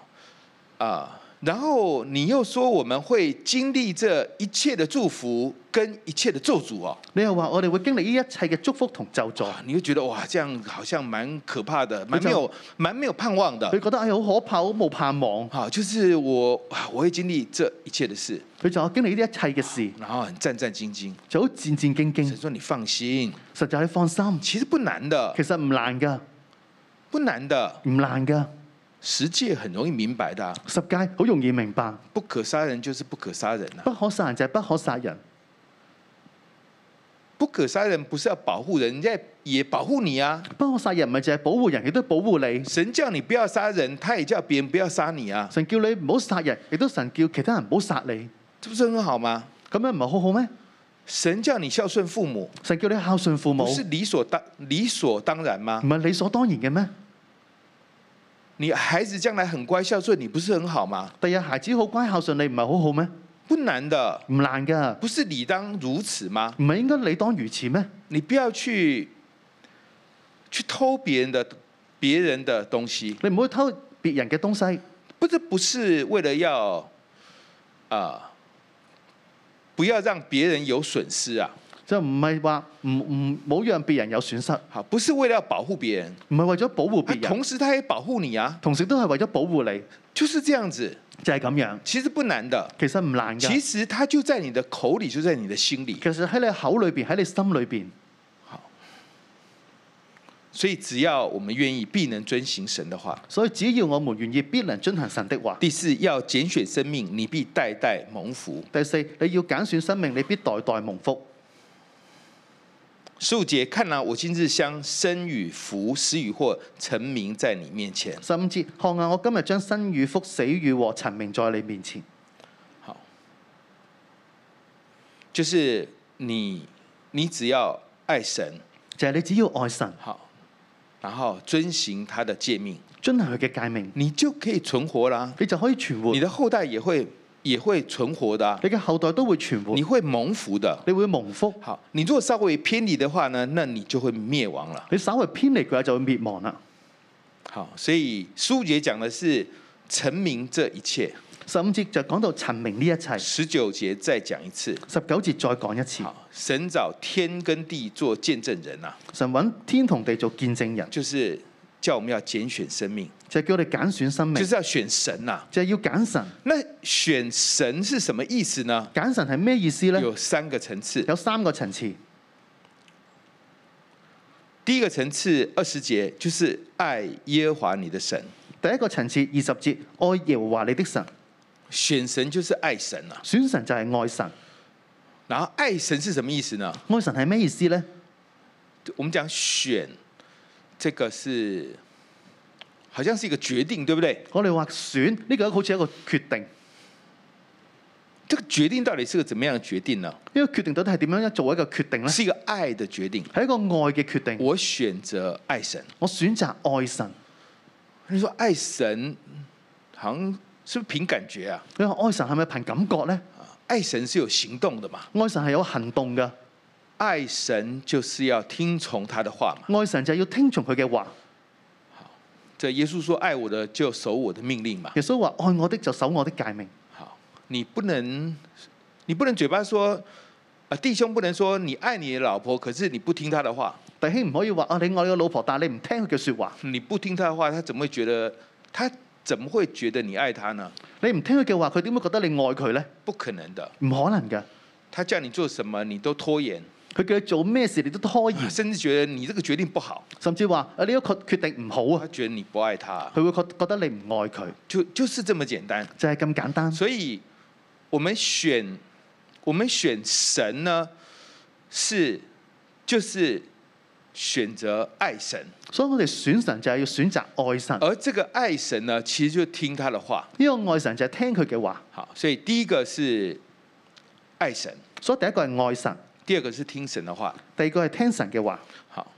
[SPEAKER 2] 啊、然后你又说我们会经历这一切的祝福跟一切的咒诅哦，
[SPEAKER 3] 你又話我哋會經歷呢一切嘅祝福同咒助，
[SPEAKER 2] 啊你就觉得哇，这样好像蛮可怕的，
[SPEAKER 3] 没
[SPEAKER 2] 蛮
[SPEAKER 3] 错
[SPEAKER 2] 没有蛮没有盼望的
[SPEAKER 3] 佢。覺得哎呀好可怕，好冇盼望。
[SPEAKER 2] 好，就是我啊我会经历这一切的事，
[SPEAKER 3] 佢就話經歷呢一切嘅事，
[SPEAKER 2] 然后很战战兢兢。
[SPEAKER 3] 就好戰戰兢
[SPEAKER 2] 神
[SPEAKER 3] 兢。
[SPEAKER 2] 说你放心，
[SPEAKER 3] 實在你放心，
[SPEAKER 2] 其实不难的
[SPEAKER 3] 其，實唔難㗎，
[SPEAKER 2] 不难的，
[SPEAKER 3] 唔難㗎。
[SPEAKER 2] 十戒很容易明白的啊、
[SPEAKER 3] 十戒好容易明白，
[SPEAKER 2] 不可杀人就是不可杀人啊，
[SPEAKER 3] 不可殺人就係不可殺人。
[SPEAKER 2] 不可杀人不是要保护人，人家也保护你啊。
[SPEAKER 3] 不可殺人唔係淨係保護人，亦都保護你。
[SPEAKER 2] 神叫你不要杀人，他也叫别人不要杀你啊，
[SPEAKER 3] 神叫你唔好殺人，亦都神叫其他人唔好殺你。
[SPEAKER 2] 这不是很好吗？
[SPEAKER 3] 咁樣唔係好好咩？
[SPEAKER 2] 神叫你孝顺父母，
[SPEAKER 3] 神叫你孝順父母，
[SPEAKER 2] 不是
[SPEAKER 3] 唔
[SPEAKER 2] 理所当理所当然吗？
[SPEAKER 3] 係理所當然嘅咩？
[SPEAKER 2] 你孩子将来很乖孝顺你，不是很好吗？
[SPEAKER 3] 第日孩子好乖孝順你，唔係好好咩？
[SPEAKER 2] 不难的，
[SPEAKER 3] 唔難㗎，
[SPEAKER 2] 不是理当如此吗？
[SPEAKER 3] 唔係應該理當如此咩？
[SPEAKER 2] 你不要去去偷别人的别人的东西，
[SPEAKER 3] 你唔好偷別人嘅東西，
[SPEAKER 2] 不是不是为了要啊、不要让别人有损失啊，
[SPEAKER 3] 就唔係話唔唔冇讓別人有損失，
[SPEAKER 2] 好，不是为了要保护别人，
[SPEAKER 3] 唔係為咗保護
[SPEAKER 2] 他
[SPEAKER 3] 別人，
[SPEAKER 2] 同时他也保护你啊，
[SPEAKER 3] 同時都係為咗保護你，
[SPEAKER 2] 就是这样子，
[SPEAKER 3] 就係咁樣。
[SPEAKER 2] 其实不难的。
[SPEAKER 3] 其實唔難
[SPEAKER 2] 其
[SPEAKER 3] 㗎，
[SPEAKER 2] 实它就在你的口里，就在你的心里。
[SPEAKER 3] 其實喺你口裏邊，喺你心裏邊。
[SPEAKER 2] 所以只要我们愿意，必能遵行神的话。
[SPEAKER 3] 所以只要我們願意，必能遵行神的話。
[SPEAKER 2] 第四，要拣选生命，你必代代蒙福。
[SPEAKER 3] 第四，你要揀選生命，你必代代蒙福。
[SPEAKER 2] 十五节，看了、我今日将生与福、死与祸成名在你面前。
[SPEAKER 3] 十五節，看啊，我今日將生與福、死與禍陳明在你面前。
[SPEAKER 2] 好，就是你，你只要爱神，
[SPEAKER 3] 就係、你只要愛神，
[SPEAKER 2] 好，然后遵行他的诫命，
[SPEAKER 3] 遵行佢嘅誡命，
[SPEAKER 2] 你就可以存活啦。
[SPEAKER 3] 你就可以存活。
[SPEAKER 2] 你
[SPEAKER 3] 你
[SPEAKER 2] 的后代也会也会存活的啊、
[SPEAKER 3] 嘅後代都會存活
[SPEAKER 2] 你，会蒙福的。
[SPEAKER 3] 你會蒙福。
[SPEAKER 2] 好，你如果稍微偏离的话呢，那你就会灭亡了。
[SPEAKER 3] 你稍為偏離佢就會滅亡啦。
[SPEAKER 2] 好，所以苏杰讲的是成名这一切，
[SPEAKER 3] 十五節就講到陳明呢一切，十
[SPEAKER 2] 十九节再讲一次。
[SPEAKER 3] 九節再講一次，
[SPEAKER 2] 好，神找天跟地做见证人啊，
[SPEAKER 3] 神揾天同地做見證人，
[SPEAKER 2] 就是叫我们要拣选生命，
[SPEAKER 3] 就係叫你揀選生命，
[SPEAKER 2] 就是要選神呐、
[SPEAKER 3] 就係要揀神。
[SPEAKER 2] 那选神是什么意思呢？
[SPEAKER 3] 揀神係咩意思呢？
[SPEAKER 2] 有三个层次。
[SPEAKER 3] 有三個層次。
[SPEAKER 2] 第一个层次二十节就是爱耶和华你的神，
[SPEAKER 3] 第一個層次二十節，愛耶和華你的神，
[SPEAKER 2] 选神就是爱神啊。
[SPEAKER 3] 選神就係愛神。
[SPEAKER 2] 然后爱神是什么意思呢？
[SPEAKER 3] 愛神係咩意思呢？
[SPEAKER 2] 我们讲选，这个是好像是一个决定，对不对？
[SPEAKER 3] 我哋話選呢、個好似一個決定，呢、
[SPEAKER 2] 这个决定到底是个怎么样的决定呢？
[SPEAKER 3] 個決定到底係點樣做一個決定呢？
[SPEAKER 2] 是一个爱的决定。
[SPEAKER 3] 係一個愛嘅決定。
[SPEAKER 2] 我选择爱神。
[SPEAKER 3] 我選擇愛神。
[SPEAKER 2] 你说爱神，好像是不是凭感觉啊？
[SPEAKER 3] 你話愛神係咪憑感覺呢？
[SPEAKER 2] 啊爱神是有行动的嘛？
[SPEAKER 3] 愛神係有行動㗎，
[SPEAKER 2] 爱神就是要听从他的话嘛。
[SPEAKER 3] 愛神就係要聽從佢嘅話。
[SPEAKER 2] 这耶稣说：“爱我的就守我的命令嘛。
[SPEAKER 3] 耶穌話：愛我的就守我的戒命。”
[SPEAKER 2] 好，你不能，你不能嘴巴说，啊，弟兄不能说你爱你的老婆，可是你不听他的话，
[SPEAKER 3] 弟兄唔可以話啊，你愛你個老婆，但係你唔聽佢嘅説話，
[SPEAKER 2] 你不听他的话，他怎么会觉得他怎么会觉得你愛他呢？
[SPEAKER 3] 你唔聽佢嘅話，佢點會覺得你愛佢呢？
[SPEAKER 2] 不可能的，
[SPEAKER 3] 唔可能㗎。
[SPEAKER 2] 他叫你做什么你都拖延，
[SPEAKER 3] 佢叫你做咩事，你都拖 延，
[SPEAKER 2] 甚至覺得你这个决定不好，
[SPEAKER 3] 甚至話啊呢一個決定唔好啊
[SPEAKER 2] 他，觉得你不爱他，
[SPEAKER 3] 佢會覺覺得你唔愛佢，
[SPEAKER 2] 就就是这么简单。
[SPEAKER 3] 就係咁簡單。
[SPEAKER 2] 所以我们选我们选神呢，是就是选择爱神，
[SPEAKER 3] 所以我哋選神就係要選擇愛神，
[SPEAKER 2] 而这个爱神呢，其实就听他的话。
[SPEAKER 3] 呢個愛神就係聽佢嘅話。
[SPEAKER 2] 好，所以第一个是爱神，
[SPEAKER 3] 所以第一個係愛神，
[SPEAKER 2] 第二个是听神的话。
[SPEAKER 3] 第二個係聽神嘅話。
[SPEAKER 2] 好，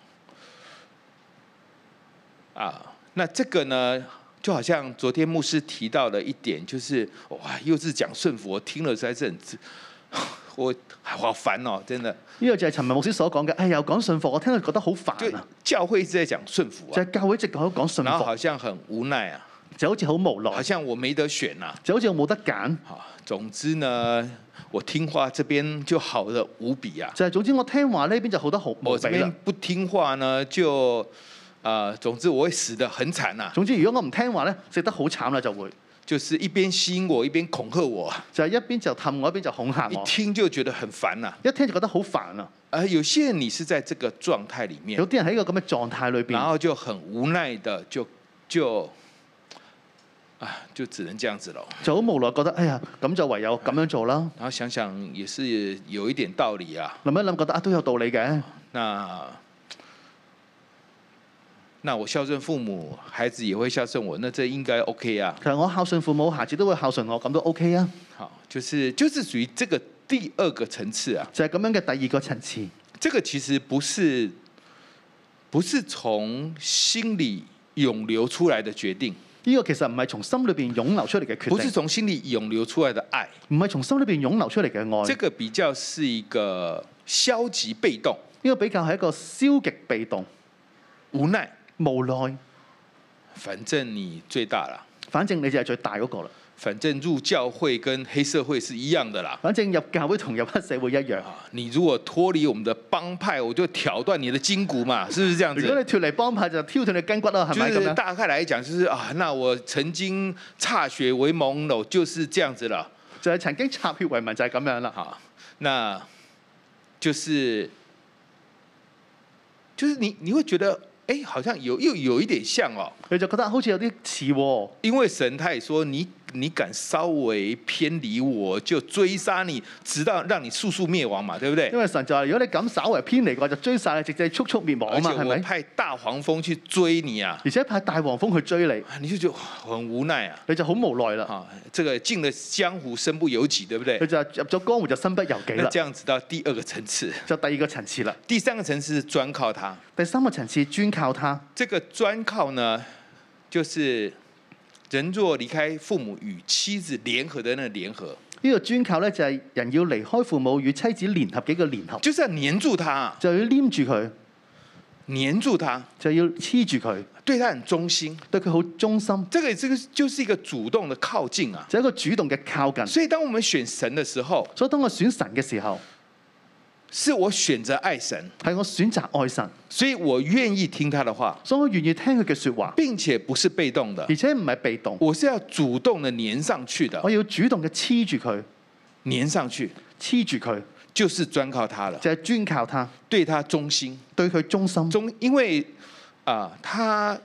[SPEAKER 2] 啊，那这个呢，就好像昨天牧师提到的一点，就是哇，又是讲顺服，我听了实在是很， 我好烦哦，真的。
[SPEAKER 3] 呢、個就係陳文牧師所講嘅，哎又講信服，我聽到覺得好煩
[SPEAKER 2] 就
[SPEAKER 3] 啊！
[SPEAKER 2] 教会一直在讲顺服
[SPEAKER 3] 就
[SPEAKER 2] 啊，
[SPEAKER 3] 係教會一直講講信
[SPEAKER 2] 然后好
[SPEAKER 3] 服，
[SPEAKER 2] 像很无奈啊，
[SPEAKER 3] 就好似好無
[SPEAKER 2] 好
[SPEAKER 3] 奈，
[SPEAKER 2] 像我没得选呐、啊。
[SPEAKER 3] 就好似我冇得揀。
[SPEAKER 2] 好，总之呢，我听话这边就好的无比啊，
[SPEAKER 3] 就係總之我聽話呢邊就好得好無
[SPEAKER 2] 我
[SPEAKER 3] 比
[SPEAKER 2] 这边
[SPEAKER 3] 啦。
[SPEAKER 2] 不听话呢，就啊、呃总之我会死得很惨呐、啊
[SPEAKER 3] 總之如果我唔聽話呢，食得好慘啦就會，
[SPEAKER 2] 就是一边吸引我，一边恐吓我啊，
[SPEAKER 3] 就係一邊就氹我，一邊就恐嚇
[SPEAKER 2] 一
[SPEAKER 3] 我，
[SPEAKER 2] 听就觉得很烦呐、啊。
[SPEAKER 3] 一聽就覺得好煩啊！
[SPEAKER 2] 有些人你是在这个状态里面
[SPEAKER 3] 有，啲人喺一個咁嘅狀態裏
[SPEAKER 2] 然
[SPEAKER 3] 邊，
[SPEAKER 2] 后就很无奈的就就啊，就只能这样子咯。
[SPEAKER 3] 就好無奈，覺得哎呀咁就唯有咁樣做啦。
[SPEAKER 2] 然后想想也是有一点道理啊，
[SPEAKER 3] 諗一諗覺得啊都有道理嘅，
[SPEAKER 2] 那那我孝顺父母，孩子也会孝顺我，那这应该 OK 啊。
[SPEAKER 3] 其實我孝順父母，孩子都會孝順我，咁都 OK 啊。
[SPEAKER 2] 好，就是就是属于这个第二个层次啊。
[SPEAKER 3] 就係咁樣嘅第二個層次，
[SPEAKER 2] 这个其实不是不是从心里涌流出来的决定，
[SPEAKER 3] 呢、個其實唔係從心裏邊湧流出嚟嘅
[SPEAKER 2] 不
[SPEAKER 3] 決
[SPEAKER 2] 是
[SPEAKER 3] 定，
[SPEAKER 2] 从心里涌流出来的爱，
[SPEAKER 3] 唔係從心裏邊湧流出嚟嘅
[SPEAKER 2] 这
[SPEAKER 3] 愛。
[SPEAKER 2] 个比较是一个消极被动、
[SPEAKER 3] 呢個比較係一個消極被動、
[SPEAKER 2] 无奈，
[SPEAKER 3] 無奈，
[SPEAKER 2] 反正你最大啦。
[SPEAKER 3] 反正你就係最大嗰個啦。
[SPEAKER 2] 反正入教会跟黑社会是一样的啦，
[SPEAKER 3] 反正入教會同入黑社會一樣。
[SPEAKER 2] 啊，你如果脱离我们的帮派，我就挑断你的筋骨 嘛，是不是这样
[SPEAKER 3] 如果
[SPEAKER 2] 子？
[SPEAKER 3] 你脱離幫派就挑斷你筋骨啦，係
[SPEAKER 2] 就
[SPEAKER 3] 咪咁
[SPEAKER 2] 是
[SPEAKER 3] 樣？
[SPEAKER 2] 大概来讲，就是啊，那我曾经歃血为盟了，就是这样子了。
[SPEAKER 3] 就係曾經插血為民就係咁樣啦。
[SPEAKER 2] 好，那就是就是你你会觉得，哎、好像有又有一点像哦，
[SPEAKER 3] 你就覺得好似有啲似喎，
[SPEAKER 2] 因为神他也说你你敢稍微偏离我，就追杀你，直到让你速速灭亡嘛，对不对
[SPEAKER 3] 因？為神就話：如果你敢稍為偏離嘅話，就追殺你，直接速速滅亡啊
[SPEAKER 2] 而
[SPEAKER 3] 嘛，
[SPEAKER 2] 且
[SPEAKER 3] 係
[SPEAKER 2] 我
[SPEAKER 3] 咪？
[SPEAKER 2] 派大黄蜂去追你啊，
[SPEAKER 3] 而且派大黃蜂去追你，
[SPEAKER 2] 啊你就觉得哇很无奈啊。
[SPEAKER 3] 你就好無奈啦。
[SPEAKER 2] 啊，这个进了江湖身不由己，对不对
[SPEAKER 3] 你？就入咗江湖就身不由己
[SPEAKER 2] 那
[SPEAKER 3] 啦
[SPEAKER 2] 这，样子到第二个层次，
[SPEAKER 3] 就第二個層次啦。
[SPEAKER 2] 第三个层次是专靠他。
[SPEAKER 3] 第三個層次專靠他，
[SPEAKER 2] 这个专靠呢，就是人若离开父母与妻子联合的那个联合，
[SPEAKER 3] 呢、個專靠呢，就係人要離開父母與妻子聯合幾個聯合，
[SPEAKER 2] 就是要黏住他啊。
[SPEAKER 3] 就要黏住佢。
[SPEAKER 2] 黏住他，
[SPEAKER 3] 就要黐住佢，
[SPEAKER 2] 对他很忠心。
[SPEAKER 3] 對佢好忠心，
[SPEAKER 2] 这个这个就是一个主动的靠近啊。
[SPEAKER 3] 就一個主動嘅靠近。
[SPEAKER 2] 所以当我们选神的时候，
[SPEAKER 3] 所以當我選神嘅時候，
[SPEAKER 2] 是我选择爱神，
[SPEAKER 3] 係我選擇愛神，
[SPEAKER 2] 所以我願意聽他的话，
[SPEAKER 3] 所以我願意聽佢嘅説話，
[SPEAKER 2] 并且不是被动的
[SPEAKER 3] 而，且唔係被動，
[SPEAKER 2] 我是要主动的黏上去的
[SPEAKER 3] 我，要主動嘅黐住佢，
[SPEAKER 2] 黏上去
[SPEAKER 3] 黐住佢
[SPEAKER 2] 就是专靠他了，
[SPEAKER 3] 就係、專靠他，
[SPEAKER 2] 对他忠心
[SPEAKER 3] 對佢忠心。
[SPEAKER 2] 忠，因为啊、他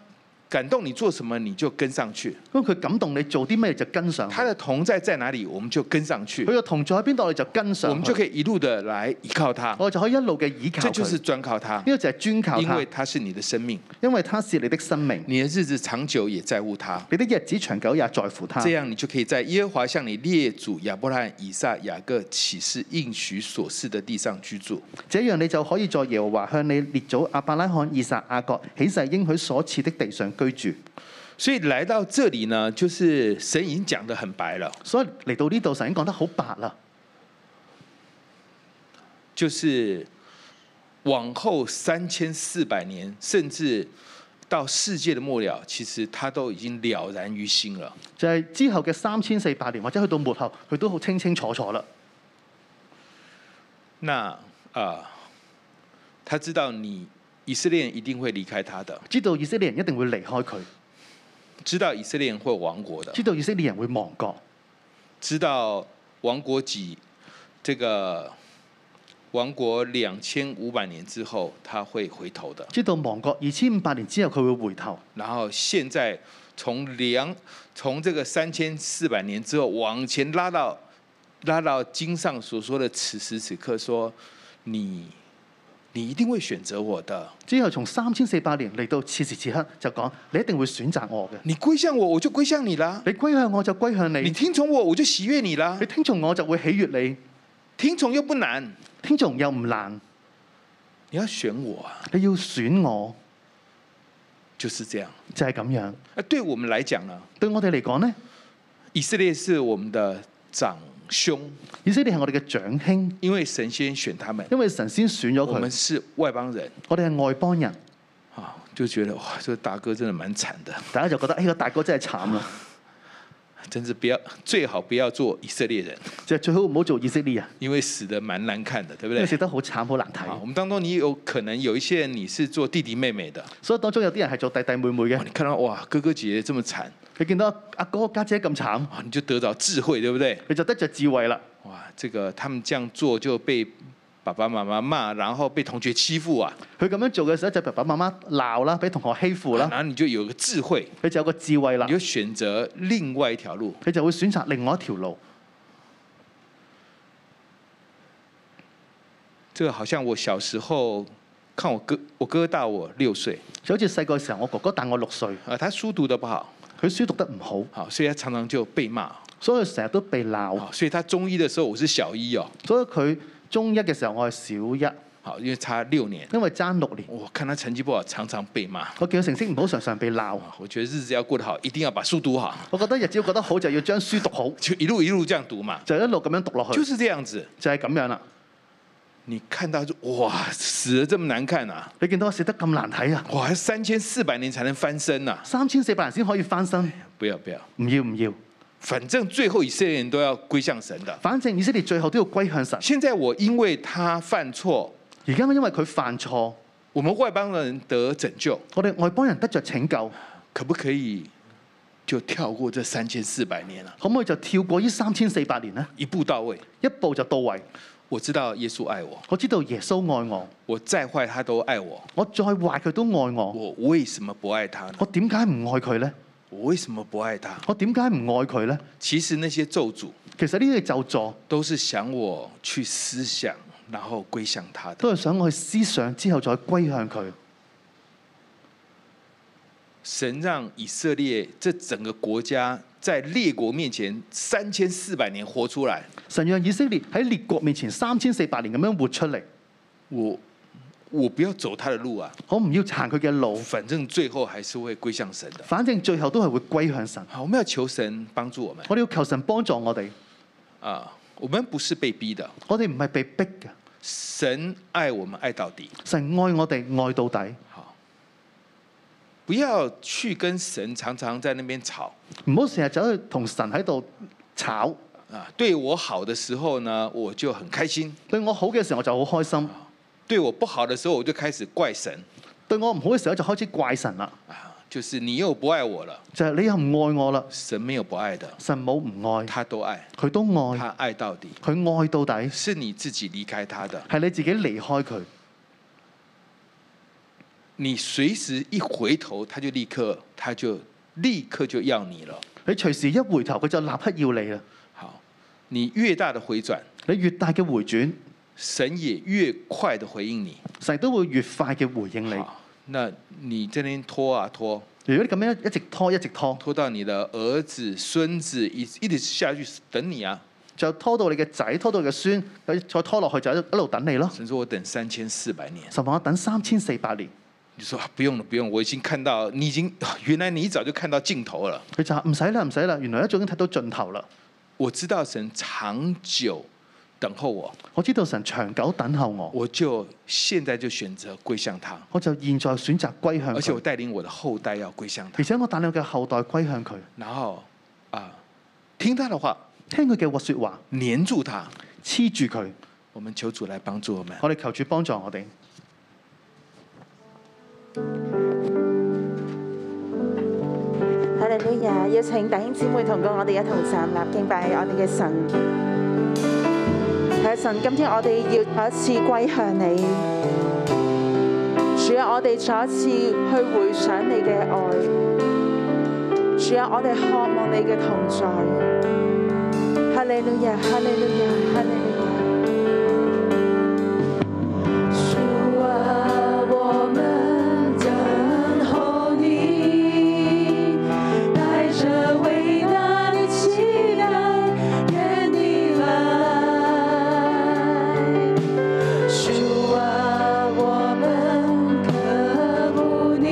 [SPEAKER 2] 感动你做什么，你就跟上去；
[SPEAKER 3] 咁佢感動你做啲咩就跟上去
[SPEAKER 2] 他的同在在哪里，我们就跟上去
[SPEAKER 3] 佢，個同在喺邊度，你就跟上
[SPEAKER 2] 我
[SPEAKER 3] 去
[SPEAKER 2] 们就可以一路的来依靠他，
[SPEAKER 3] 我就可以一路嘅倚靠
[SPEAKER 2] 这
[SPEAKER 3] 佢。
[SPEAKER 2] 就是专靠他
[SPEAKER 3] 呢、，個就係專靠
[SPEAKER 2] 因
[SPEAKER 3] 他
[SPEAKER 2] 为，他是你的生命，
[SPEAKER 3] 因為他是你的生命，
[SPEAKER 2] 你的日子长久也在乎他。
[SPEAKER 3] 你的日子長久也在乎他。
[SPEAKER 2] 这样你就可以在耶和华向你列祖亚伯拉罕、以撒、雅各启示应许所示的地上居住。
[SPEAKER 3] 這樣你就可以在耶和華向你列祖阿伯拉罕、以撒、雅各起誓應許所賜的地上居住。
[SPEAKER 2] 所以来到这里呢，就是神已经讲得很白了，
[SPEAKER 3] 所以嚟到呢度，神已經講得好白啦，
[SPEAKER 2] 就是往后三千四百年，甚至到世界的末了，其实他都已经了然于心了。
[SPEAKER 3] 就係、之後嘅三千四百年，或者去到末後，佢都好清清楚楚啦。
[SPEAKER 2] 那啊、呃他知道你以色列人一定会离开他的，
[SPEAKER 3] 知道以色列人一定會離開佢，
[SPEAKER 2] 知道以色列人会亡国的
[SPEAKER 3] 知，道以色列人會亡國，
[SPEAKER 2] 知道亡国几这个亡国两千五百年之后他会回头的，
[SPEAKER 3] 知道亡國二千五百年之後佢會回頭。
[SPEAKER 2] 然后现在从两从这个三千四百年之后往前拉到拉到经上所说的此时此刻说你你一定会选择我的，
[SPEAKER 3] 之後從三千四百年嚟到此時此刻，就講你一定會選擇我嘅。
[SPEAKER 2] 你歸向我我就歸向你啦，
[SPEAKER 3] 你歸向我就歸向
[SPEAKER 2] 你
[SPEAKER 3] 你，
[SPEAKER 2] 听从我我就喜悦你啦
[SPEAKER 3] 你，聽從我就會喜悅你，
[SPEAKER 2] 听从又不难，
[SPEAKER 3] 聽從又唔難。
[SPEAKER 2] 你要选我啊，
[SPEAKER 3] 你要選我
[SPEAKER 2] 就是这样。
[SPEAKER 3] 就係、咁樣。
[SPEAKER 2] 那对我们来讲呢？
[SPEAKER 3] 對我哋嚟講呢，
[SPEAKER 2] 以色列是我们的长兄，
[SPEAKER 3] 以色列係我哋嘅長兄，
[SPEAKER 2] 因为神先选他们，
[SPEAKER 3] 因為神先選咗
[SPEAKER 2] 我们
[SPEAKER 3] 佢。
[SPEAKER 2] 是外邦人
[SPEAKER 3] 我哋係外邦人，
[SPEAKER 2] 啊，就觉得哇，这个大哥真的蛮惨的，
[SPEAKER 3] 大家就覺得呢、哎個大哥真係慘啦，
[SPEAKER 2] 真是不要最好不要做以色列人，
[SPEAKER 3] 就係最好唔好做以色列人，
[SPEAKER 2] 因为死的蛮难看的，对不
[SPEAKER 3] 因
[SPEAKER 2] 对？
[SPEAKER 3] 為食得好慘好難
[SPEAKER 2] 啊，
[SPEAKER 3] 睇。
[SPEAKER 2] 我们当中你有可能有一些人你是做弟弟妹妹的，
[SPEAKER 3] 所以當中有啲人係做弟弟妹妹
[SPEAKER 2] 哇
[SPEAKER 3] 嘅，
[SPEAKER 2] 你看到哇哥哥姐姐这么惨
[SPEAKER 3] 佢見到阿哥家姐咁慘，
[SPEAKER 2] 啊，你就得着智慧，对不对？
[SPEAKER 3] 佢就得着智慧啦。
[SPEAKER 2] 哇，这个他们这样做就被爸爸妈妈骂，然后被同学欺负啊，
[SPEAKER 3] 佢咁樣做嘅時候就爸爸媽媽鬧啦，俾同學欺負
[SPEAKER 2] 然
[SPEAKER 3] 啦，
[SPEAKER 2] 后你就有个智慧，
[SPEAKER 3] 佢就有個智慧啦
[SPEAKER 2] 你，就选择另外一条路。
[SPEAKER 3] 佢就會選擇另外一條路。
[SPEAKER 2] 这个好像我小时候看我哥，我哥大我六岁，
[SPEAKER 3] 就好似細個嘅時候，我哥哥大我六歲，
[SPEAKER 2] 啊，他书读得不好，
[SPEAKER 3] 佢書讀得唔好，
[SPEAKER 2] 好，所以他常常就被骂，
[SPEAKER 3] 所以佢成日都被鬧。
[SPEAKER 2] 好，所以他中一的时候我是小一哦，
[SPEAKER 3] 所以佢中一嘅時候，我係小一，
[SPEAKER 2] 好，因为差六年，
[SPEAKER 3] 因為爭六年，
[SPEAKER 2] 我看他成绩不好，常常被骂，
[SPEAKER 3] 我見佢成績唔好，常常被鬧。
[SPEAKER 2] 啊，我觉得日子要过得好，一定要把书读好，
[SPEAKER 3] 我覺得日子要覺得好，就要將書讀好，
[SPEAKER 2] 就一路一路这样读嘛，
[SPEAKER 3] 就一路咁樣讀落
[SPEAKER 2] 就
[SPEAKER 3] 去，
[SPEAKER 2] 是这样子。
[SPEAKER 3] 就係咁樣啦。
[SPEAKER 2] 你看到就哇，死的这么难看啊，
[SPEAKER 3] 你見到我寫得咁難睇啊，
[SPEAKER 2] 哇，三千四百年才能翻身呐、
[SPEAKER 3] 三千四百人先可以翻身，
[SPEAKER 2] 不要不要，
[SPEAKER 3] 唔要唔要，
[SPEAKER 2] 反正最后以色列人都要归向神的。
[SPEAKER 3] 反正以色列最後都要歸向神。
[SPEAKER 2] 现在我因为他犯错，
[SPEAKER 3] 而家因為佢犯錯，
[SPEAKER 2] 我们外邦人得拯救，
[SPEAKER 3] 我哋外邦人得着拯救，
[SPEAKER 2] 可不可以就跳过这三千四百年了、啊
[SPEAKER 3] 可唔可以就跳過呢三千四百年呢？
[SPEAKER 2] 一步到位？
[SPEAKER 3] 一步就到位。
[SPEAKER 2] 我知道耶稣爱我，
[SPEAKER 3] 我知道耶穌愛我，
[SPEAKER 2] 我再坏他都爱我，
[SPEAKER 3] 我再壞佢都愛我，
[SPEAKER 2] 我为什么不爱他呢
[SPEAKER 3] 我？點解唔愛佢呢？
[SPEAKER 2] 我为什么不爱他？
[SPEAKER 3] 我點解唔愛佢呢？
[SPEAKER 2] 其实那些咒诅
[SPEAKER 3] 其實呢啲嘅咒助
[SPEAKER 2] 都是想我去思想，然后归向他的。
[SPEAKER 3] 都係想我去思想之後再歸向佢。
[SPEAKER 2] 神让以色列这整个国家在列国面前三千四百年活出来，
[SPEAKER 3] 神讓以色列喺列國面前三千四百年咁樣活出嚟，
[SPEAKER 2] 我我不要走他的路啊，
[SPEAKER 3] 我唔要行佢嘅路，
[SPEAKER 2] 反正最后还是会归向神的。
[SPEAKER 3] 反正最後都係會歸向神。
[SPEAKER 2] 好，我们要求神帮助我们
[SPEAKER 3] 我哋要求神幫助我哋，
[SPEAKER 2] 啊！我们不是被逼的，
[SPEAKER 3] 我哋唔係被逼嘅，
[SPEAKER 2] 神爱我们爱到底。
[SPEAKER 3] 神愛我哋愛到底。
[SPEAKER 2] 好，不要去跟神常常在那边吵
[SPEAKER 4] 唔好成日走去同神喺度吵。
[SPEAKER 2] 啊。对我好的时候呢，我就很开心；
[SPEAKER 4] 對我好嘅時候我就好開心，
[SPEAKER 2] 对我不好的时候，我就开始怪神
[SPEAKER 4] 對我唔好嘅時候就開始怪神啦，
[SPEAKER 2] 啊。就是你又不爱我了，
[SPEAKER 4] 就係、你又唔愛我啦。
[SPEAKER 2] 神没有不爱的，
[SPEAKER 4] 神冇唔愛，
[SPEAKER 2] 他都爱，
[SPEAKER 4] 佢都愛，
[SPEAKER 2] 他爱到底。
[SPEAKER 4] 佢愛到底，
[SPEAKER 2] 是你自己离开他的，
[SPEAKER 4] 係你自己離開佢，
[SPEAKER 2] 你随时一回头，他就立刻，他就立刻就要你了。
[SPEAKER 4] 你隨時一回頭佢就立刻要你啦。
[SPEAKER 2] 好，你越大的回转，
[SPEAKER 4] 你越大嘅回轉，
[SPEAKER 2] 神也越快的回应你。
[SPEAKER 4] 神都會越快嘅回應你。
[SPEAKER 2] 好，那你这边拖啊拖，
[SPEAKER 4] 如果你咁樣一直拖一直拖，
[SPEAKER 2] 拖到你的儿子、孙子一一直下去等你啊。
[SPEAKER 4] 就拖到你嘅仔，拖到你嘅孫，佢再拖落去就一路等你咯。
[SPEAKER 2] 神说：“我等三千四百年。
[SPEAKER 4] 神話我等三千四百年，”
[SPEAKER 2] 你说、啊不用了，不用，我已经看到，你已经 原来你一早就看到尽头了。
[SPEAKER 4] 佢就話唔使啦，唔使啦，原來一早已經睇到盡頭啦。
[SPEAKER 2] 我知道神长久等候我，
[SPEAKER 4] 我知道神長久等候我，
[SPEAKER 2] 我就现在就选择归向他，
[SPEAKER 4] 我就現在選擇歸向
[SPEAKER 2] 而且我
[SPEAKER 4] 佢，
[SPEAKER 2] 带領我的后代要归向他
[SPEAKER 4] 而，且我帶領我嘅後代歸向佢，
[SPEAKER 2] 然后啊、听他的话，
[SPEAKER 4] 聽佢嘅話説話，
[SPEAKER 2] 黏住他。
[SPEAKER 4] 黐住佢。
[SPEAKER 2] 我们求主来帮助我们。
[SPEAKER 4] 我哋求主幫助我哋。
[SPEAKER 3] 哈利路亞！邀請弟兄姊妹同工，我哋一同站立敬拜我哋嘅神。係啊神，今天我哋要再一次歸向你。主啊，我哋再一次去回想你嘅愛。主啊，我哋渴望你嘅同在。哈利路亞！哈利路亞！哈利路亞！
[SPEAKER 5] 主啊，我们等候你，带着伟大的期待，愿你来。主啊，我们渴慕你，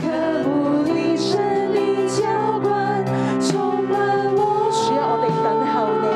[SPEAKER 5] 渴慕你神灵浇灌，充满我。
[SPEAKER 3] 主啊，我哋等候你。
[SPEAKER 4] 啊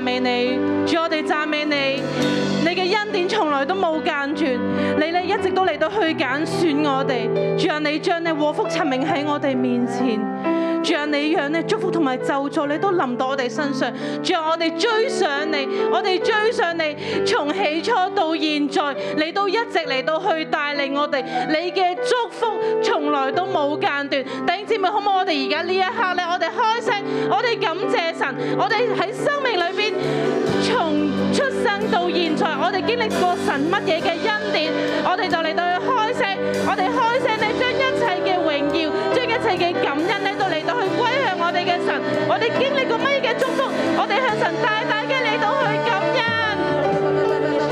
[SPEAKER 6] 美你，主我哋讚美你，你嘅恩典從來都冇間斷，你咧一直都嚟到去揀選我哋，主啊你將你禍福陳明喺我哋面前。主啊，你讓咧祝福同埋咒詛你都臨到我哋身上。主啊，我哋追上你，我哋追上你，從起初到現在，你都一直嚟到去帶領我哋。你嘅祝福從來都冇間斷。弟兄姊妹，好唔好？我哋而家呢一刻咧，我哋開聲，我哋感謝神，我哋喺生命裏邊從出生到現在，我哋經歷過神乜嘢嘅恩典，我哋就嚟到去開聲，我哋開聲咧將一切嘅榮耀，將一切嘅感恩咧都嚟到去歸向我哋嘅神，我哋經歷過乜嘢嘅祝福，我哋向神大大嘅嚟到去感恩。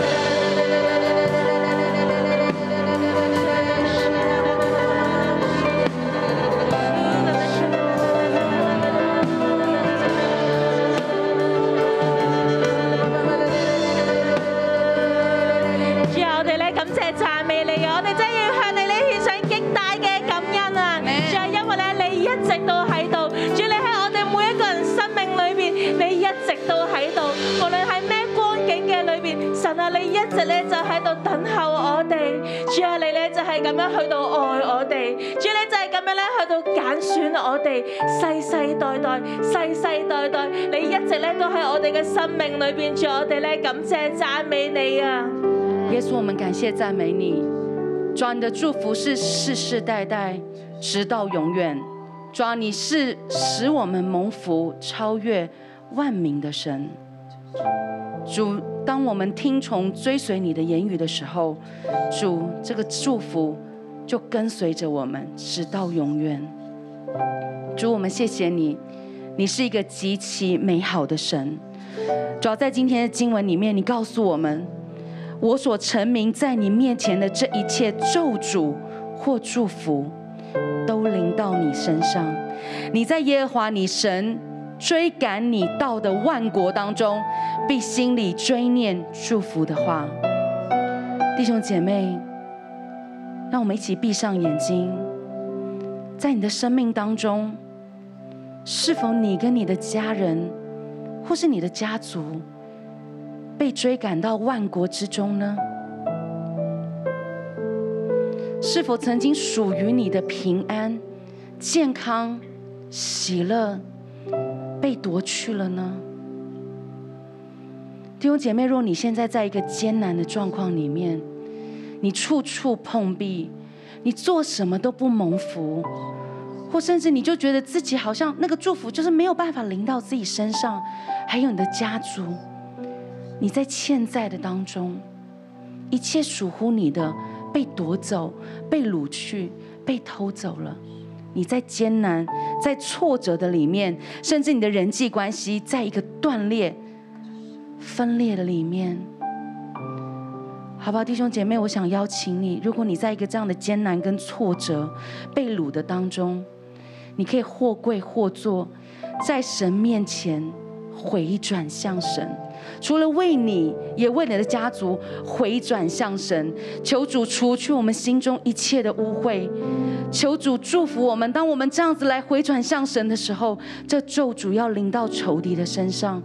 [SPEAKER 7] 主啊，我哋咧感謝讚美你啊！我哋真係要向你咧獻上極大嘅感恩啊！主啊，因為咧你一直都喺度，主你喺我哋每一個人生命裏邊，你一直都喺度，無論喺咩光景嘅裏邊，神啊，你一直咧就喺度等候我哋。主啊，你咧就係咁樣去到愛我哋，主啊你就係咁樣咧去到揀選我哋，世世代代、世世代代，你一直咧都喺我哋嘅生命裏邊，主啊我哋咧感謝讚美你啊！
[SPEAKER 8] 耶稣，我们感谢赞美你，主啊，你的祝福是世世代代，直到永远。主啊，你是使我们蒙福、超越万民的神。主，当我们听从追随你的言语的时候，主，这个祝福就跟随着我们直到永远。主，我们谢谢你，你是一个极其美好的神。主啊要在今天的经文里面，你告诉我们，我所陈明在你面前的这一切咒诅或祝福，都临到你身上。你在耶和华你神追赶你到的万国当中，必心里追念祝福的话。弟兄姐妹，让我们一起闭上眼睛，在你的生命当中，是否你跟你的家人，或是你的家族，被追赶到万国之中呢？是否曾经属于你的平安、健康、喜乐被夺去了呢？弟兄姐妹，若你现在在一个艰难的状况里面，你处处碰壁，你做什么都不蒙福，或甚至你就觉得自己好像那个祝福就是没有办法临到自己身上，还有你的家族，你在欠债的当中，一切属乎你的被夺走、被掳去、被偷走了。你在艰难、在挫折的里面，甚至你的人际关系在一个断裂、分裂的里面，好不好，弟兄姐妹？我想邀请你，如果你在一个这样的艰难跟挫折、被掳的当中，你可以或跪或坐，在神面前回转向神。除了为你，也为你的家族回转向神，求主除去我们心中一切的污秽，求主祝福我们。当我们这样子来回转向神的时候，这咒主要临到仇敌的身上。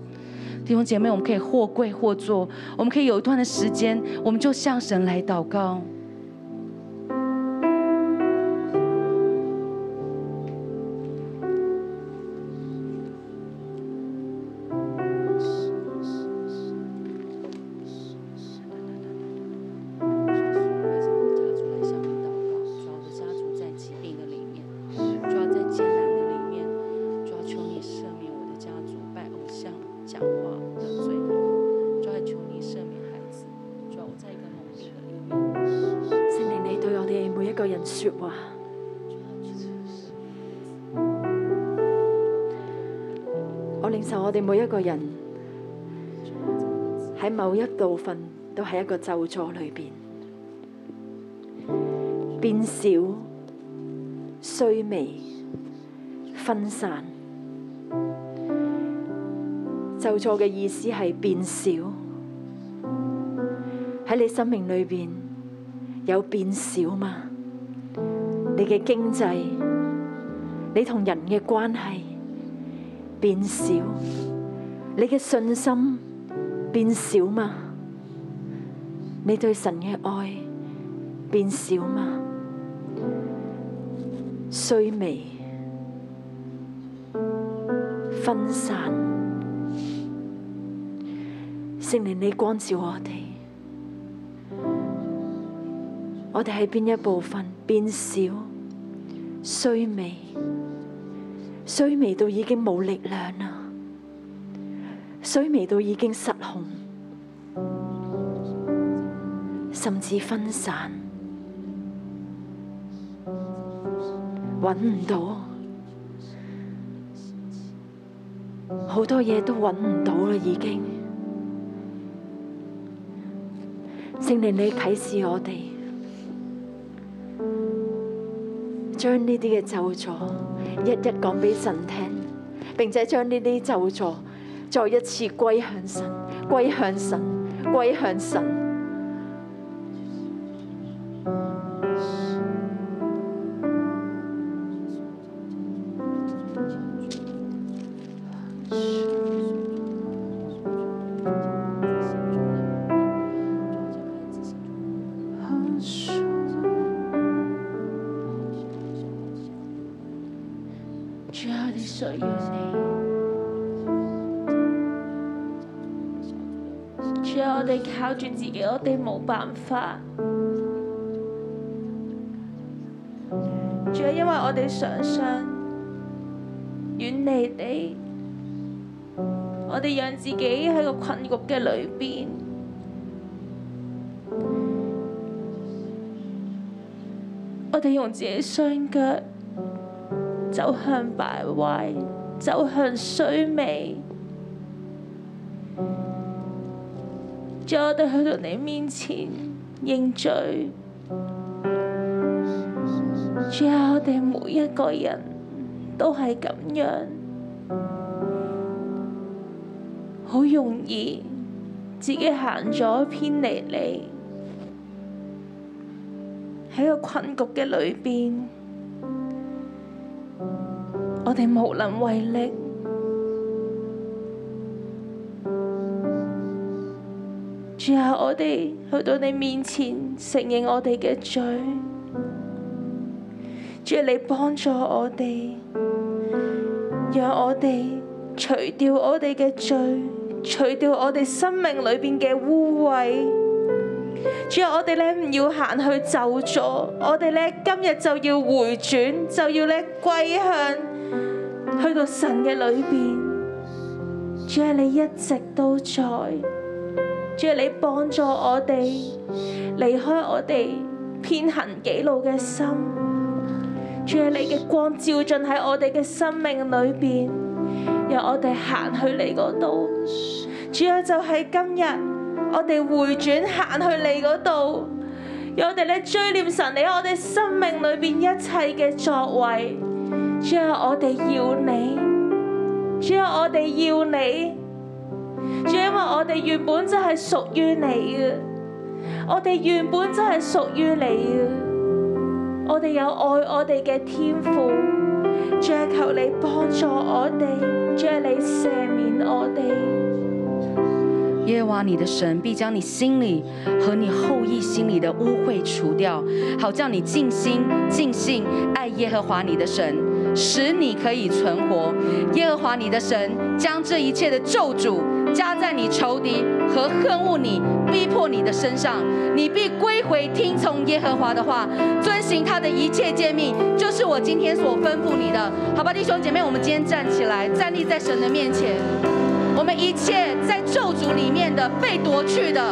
[SPEAKER 8] 弟兄姐妹，我们可以或跪或坐，我们可以有一段的时间，我们就向神来祷告。家族在疾病的里面，主要在艰难的里面，主要求你赦免我的家族拜偶像、讲话的罪名，主要求你赦免孩子，主要我在一个蒙蔽的里面。
[SPEAKER 9] 圣灵，你對我哋每一個人说話。我領受我哋每一個人喺某一部分都喺一個咒詛裏邊，變少、衰微、分散。咒詛嘅意思係變少喺你生命裏邊。有變少嘛？你嘅經濟，你同人嘅關係變少，你嘅信心
[SPEAKER 10] 變少嘛？你對神嘅愛變少嘛？衰微、分散，聖靈你光照我哋，我哋喺邊一部分變少、衰微、衰微到已經冇力量啦。水微到已經失控，甚至分散，揾唔到，好多嘢都揾唔到啦，已經。聖靈，你啟示我哋，將呢啲嘅咒詛一一講俾神聽，並且將呢啲咒詛。再一次歸向神，歸向神，歸向神。
[SPEAKER 7] 主啊，我哋需要你。主啊，我哋靠住自己，我哋冇辦法。主啊，因為我哋常常遠離你，我哋讓自己喺個困局嘅裏邊。我哋用自己雙腳走向敗壞，走向衰微。主，我哋去到你面前認罪。主啊，我哋每一個人都係咁樣，好容易自己行咗偏離你，喺個困局嘅裏邊，我哋無能為力。主啊，我哋去到你面前承認我哋嘅罪，主啊，你幫助我哋，讓我哋除掉我哋嘅罪，除掉我哋生命裏邊嘅污穢。主啊，我哋咧唔要行去咒詛，我哋咧今日就要回轉，就要咧歸向去到神嘅裏邊。主啊，你一直都在。主啊，你幫助我哋離開我哋偏行己路嘅心。主啊，你嘅光照進喺我哋嘅生命裏邊，讓我哋行去你嗰度。主啊，就係今日，我哋回轉行去你嗰度，讓我哋咧追念神你喺我哋生命裏邊一切嘅作為。主啊，我哋要你。主啊，我哋要你。主，啊因為我哋原本就係屬於你嘅，我哋原本就係屬於你嘅，我哋有愛我哋嘅天父，主啊，求你幫助我哋，主啊，你赦免我哋，
[SPEAKER 11] 耶和华你的神必将你心里和你后裔心里的污秽除掉，好叫你尽心尽性爱耶和华你的神，使你可以存活。耶和华你的神将这一切的咒诅加在你仇敌和恨恶你、逼迫你的身上，你必归回听从耶和华的话，遵行他的一切诫命，就是我今天所吩咐你的。好吧，弟兄姐妹，我们今天站起来，站立在神的面前。我们一切在咒诅里面的被夺去的，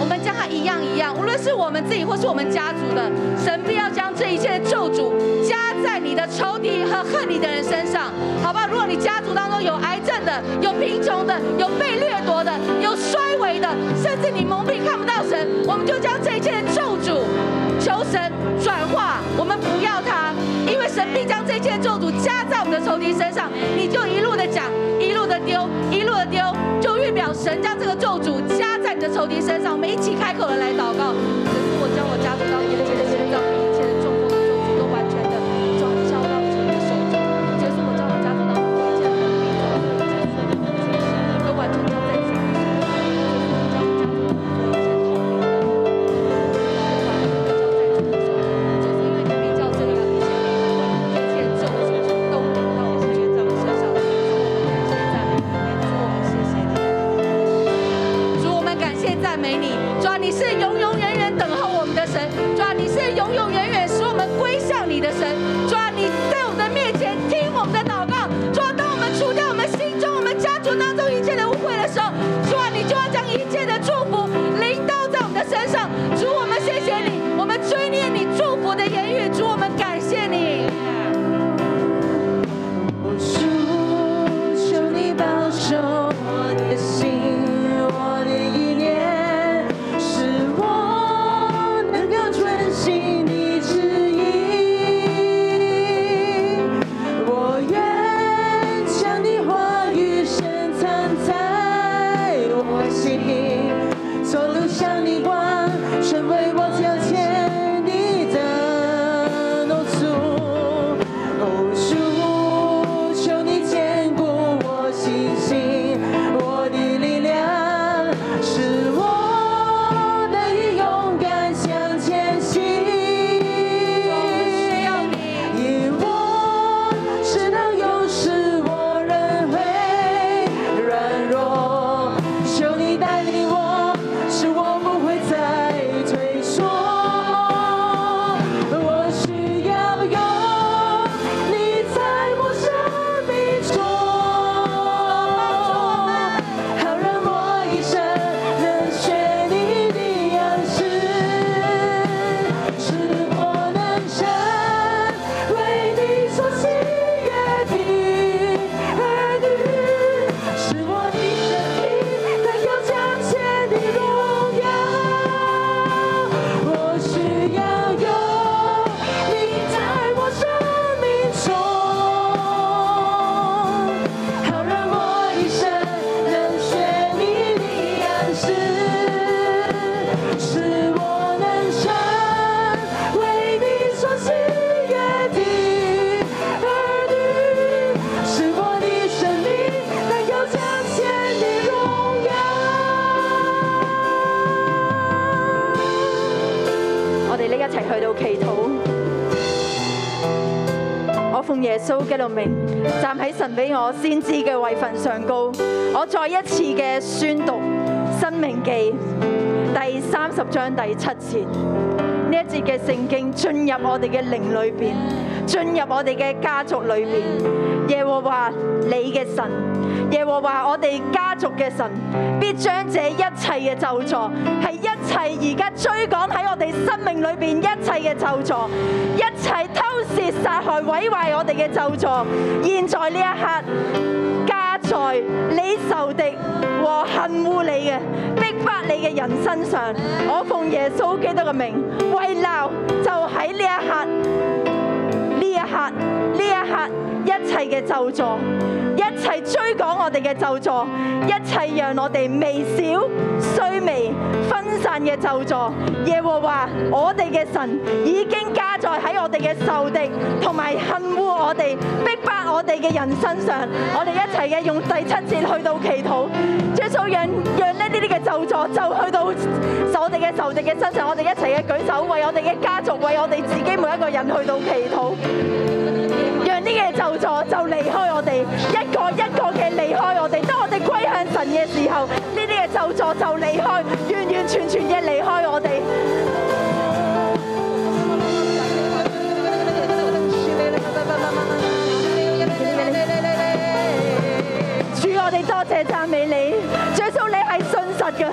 [SPEAKER 11] 我们将它一样一样，无论是我们自己或是我们家族的，神必要将这一切的咒诅加在你的仇敌和恨你的人身上，好吧？如果你家族当中有癌症的、有贫穷的、有被掠夺的、有衰微的，甚至你蒙蔽看不到神，我们就将这一切的咒诅求神转化，我们不要它，因为神必将这一切的咒诅加在我们的仇敌身上，你就一路的讲，一路的丢，一路的丢，就预表神将这个咒诅加在你的仇敌身上。我们一起开口的来祷告，神，我将我家族当中一切的心脏。一切的中风的咒诅都完全的转交到神的手中，结束我将我家族当中一切的病痛、一切的都完全交在神的手中。
[SPEAKER 7] 美你，主啊，你是永永远远等候我们的神，主啊，你是永永远远使我们归向你的神，主啊，你在我们的面前听我们的祷告，主啊，当我们除掉我们心中、我们家族当中一切的污秽的时候，主啊，你就要将一切的祝福临到在我们的身上，主，我们谢谢你，我们追念你祝福的言语，主，我们感谢你。
[SPEAKER 5] 主，求你保守我的心，我的意念，使我能够遵行你旨意。我愿将你话语深藏在我心，走路向你光，成为我脚前的灯。哦主，哦主，求你坚固我信心，我的力量，使我得以勇敢向前行。因我只能有使我仍会软弱，求你带领我，使我不会再退缩。我需要有你在我生命中，好让我一生能学你的样式，使我能成为你所喜悦的儿女，使我的生命能够彰显你荣耀。我需要有你在我生命中，好让我一生能学你的样式，使我能成为你所喜悦的儿女，使我的生命能够彰显你荣耀。
[SPEAKER 9] 我哋呢一齊去到祈禱。我奉耶穌基督名，站喺神俾我先知嘅位份上高，我再一次嘅宣讀《生命記》第三十章第七節。呢一節嘅聖經進入我哋嘅靈裏邊，進入我哋嘅家族裏邊。耶和華你嘅神，耶和華我哋家族嘅神，必將這一切嘅咒詛，係一切而家追趕喺我哋生命裏邊一切嘅咒詛，一切偷竊、殺害、毀壞我哋嘅咒詛，現在呢一刻。加在你仇敵和恨惡你嘅逼迫你嘅人身上。我奉耶穌基督嘅名，為鬧就喺呢一刻，呢一刻，呢一刻，一切嘅咒詛，一切追趕我哋嘅咒詛，一切讓我哋微小、衰微、分散嘅咒詛。耶和華我哋嘅神已經加在喺我哋嘅仇敵同埋恨惡我哋、逼迫我哋嘅人身上。我哋一齊嘅用第七節去到祈禱，耶穌讓讓呢啲嘅咒詛就去到我哋嘅仇敵嘅身上。我哋一齊嘅舉手，為我哋嘅家族，為我哋自己每一個人去到祈禱。讓呢嘅咒詛就離開我哋，一個一個嘅離開我哋。當我哋歸向神嘅時候，呢啲嘅咒詛就離開，完完全全嘅離開我哋。主，我哋多謝讚美你，耶穌你係信實嘅，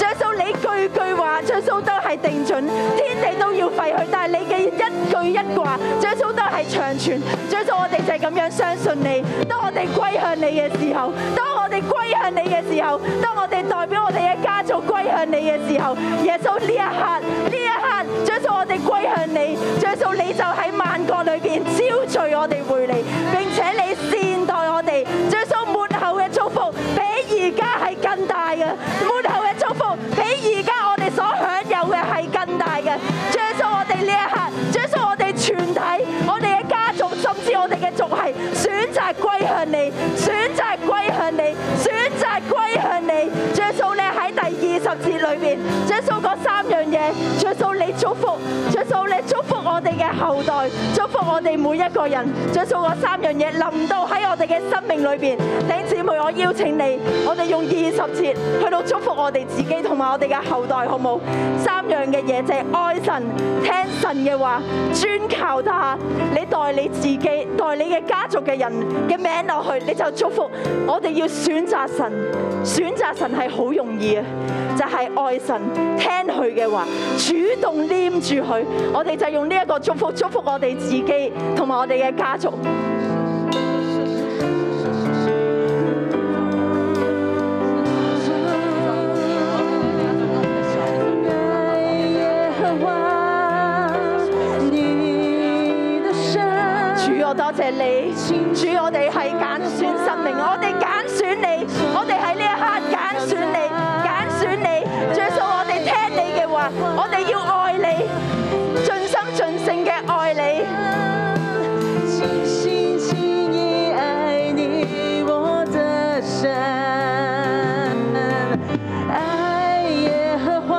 [SPEAKER 9] 耶穌你句句話，耶穌都係定準，天地都要廢去，但係你嘅一句一話，耶穌都係長存。耶穌，我哋就係咁樣相信你。當我哋歸向你嘅時候，當我哋歸向你嘅時候，當我哋代表我哋嘅家族歸向你嘅時候，耶穌呢一刻，呢一刻，耶穌我哋歸向你，耶穌你就喺萬國裏邊招聚我哋回嚟，並且你善待我哋，耶穌末後嘅祝福比而家係更大嘅，末後嘅祝福比而家我哋所享有嘅係更大嘅。耶穌我哋呢一刻，耶穌我哋全體，我哋嘅家族，甚至我哋嘅族系，選擇歸向你，選擇歸向你，選擇歸向你。耶穌你喺第二十節裏邊，耶穌嗰三樣嘢，耶穌你祝福，耶穌你祝福我哋。哋嘅後代，祝福我哋每一個人，將數嗰三樣嘢臨到喺我哋嘅生命裏邊。弟兄姊妹，我邀請你，我哋用二十節去到祝福我哋自己同埋我哋嘅後代，好冇？三樣嘅嘢就係愛神、聽神嘅話、專靠他。你代你自己、代你嘅家族嘅人嘅名落去，你就祝福。我哋要選擇神，選擇神係好容易啊！就係愛神，聽佢嘅話，主動黏住佢。我哋就用呢一個祝福，祝福我哋自己同埋我哋嘅家族。
[SPEAKER 5] 爱耶和华，你的神。
[SPEAKER 9] 主，我多謝你，主，我哋係揀選生命，我哋揀選你，我哋喺呢一刻揀選你，揀選你，最數我哋聽你嘅話，我哋要愛你，盡心盡性嘅愛你。
[SPEAKER 5] 尽心尽意爱你，我的神，爱耶和华，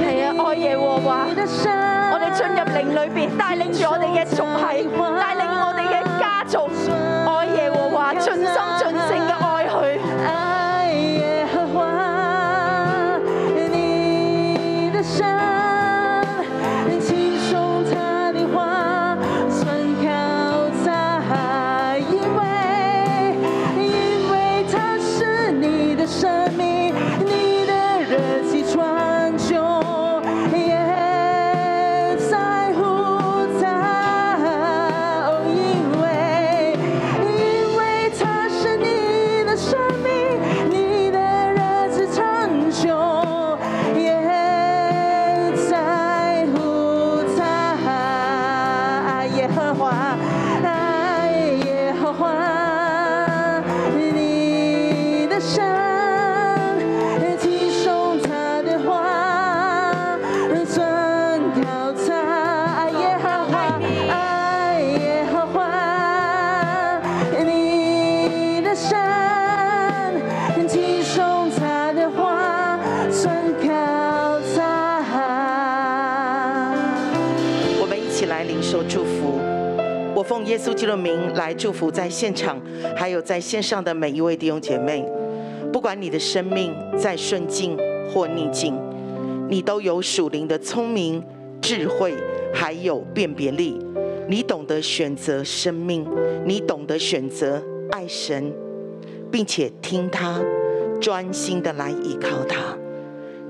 [SPEAKER 9] 係啊，愛耶和華。
[SPEAKER 5] 你的神，
[SPEAKER 9] 我哋進入靈裏邊，帶領住我哋嘅族系，帶領我哋嘅家族，愛耶和華，盡心盡性嘅愛佢。
[SPEAKER 5] 爱耶和华，你的神，轻松他的话，全靠他，因为因为他是你的生命，你的热气传球也在乎他，哦因为因为他是你的生命，你的热气长久，也在乎他。爱耶和华，爱耶和华，你的神，听从他的话，专靠他。爱耶和华，爱耶和华，你的神，听从他的话，专靠他。
[SPEAKER 4] 我们一起来领受祝福。我奉耶稣基督的名来祝福在现场还有在线上的每一位弟兄姐妹，不管你的生命在顺境或逆境，你都有属灵的聪明、智慧，还有辨别力。你懂得选择生命，你懂得选择爱神，并且听他，专心的来依靠他。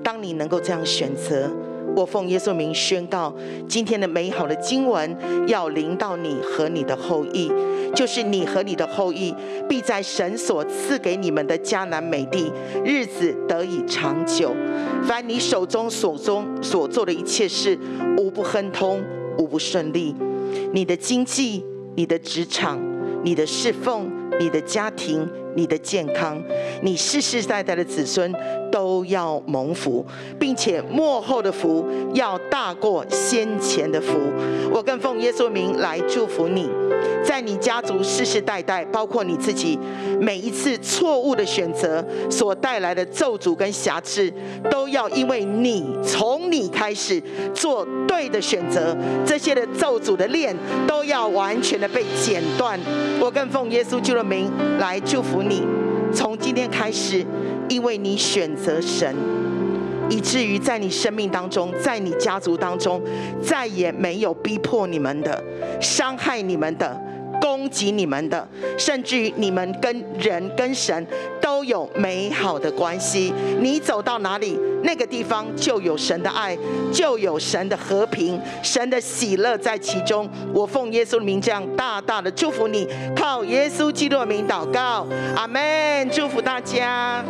[SPEAKER 4] 当你能够这样选择，我奉耶稣名宣告，今天的美好的经文要临到你和你的后裔，就是你和你的后裔必在神所赐给你们的迦南美地，日子得以长久。凡你手中手中所做的一切事，无不亨通，无不顺利。你的经济、你的职场、你的侍奉、你的家庭、你的健康，你世世代代的子孙都要蒙福，并且幕后的福要大过先前的福。我更奉耶稣名来祝福你，在你家族世世代代，包括你自己，每一次错误的选择所带来的咒诅跟瑕疵，都要因为你从你开始做对的选择，这些的咒诅的链都要完全的被剪断。我更奉耶稣基督的名来祝福你，从今天开始，因为你选择神。以至于在你生命当中，在你家族当中，再也没有逼迫你们的、伤害你们的、攻击你们的，甚至于你们跟人、跟神都有美好的关系。你走到哪里，那个地方就有神的爱，就有神的和平、神的喜乐在其中。我奉耶稣的名，这样大大的祝福你，靠耶稣基督的名祷告，阿门！祝福大家。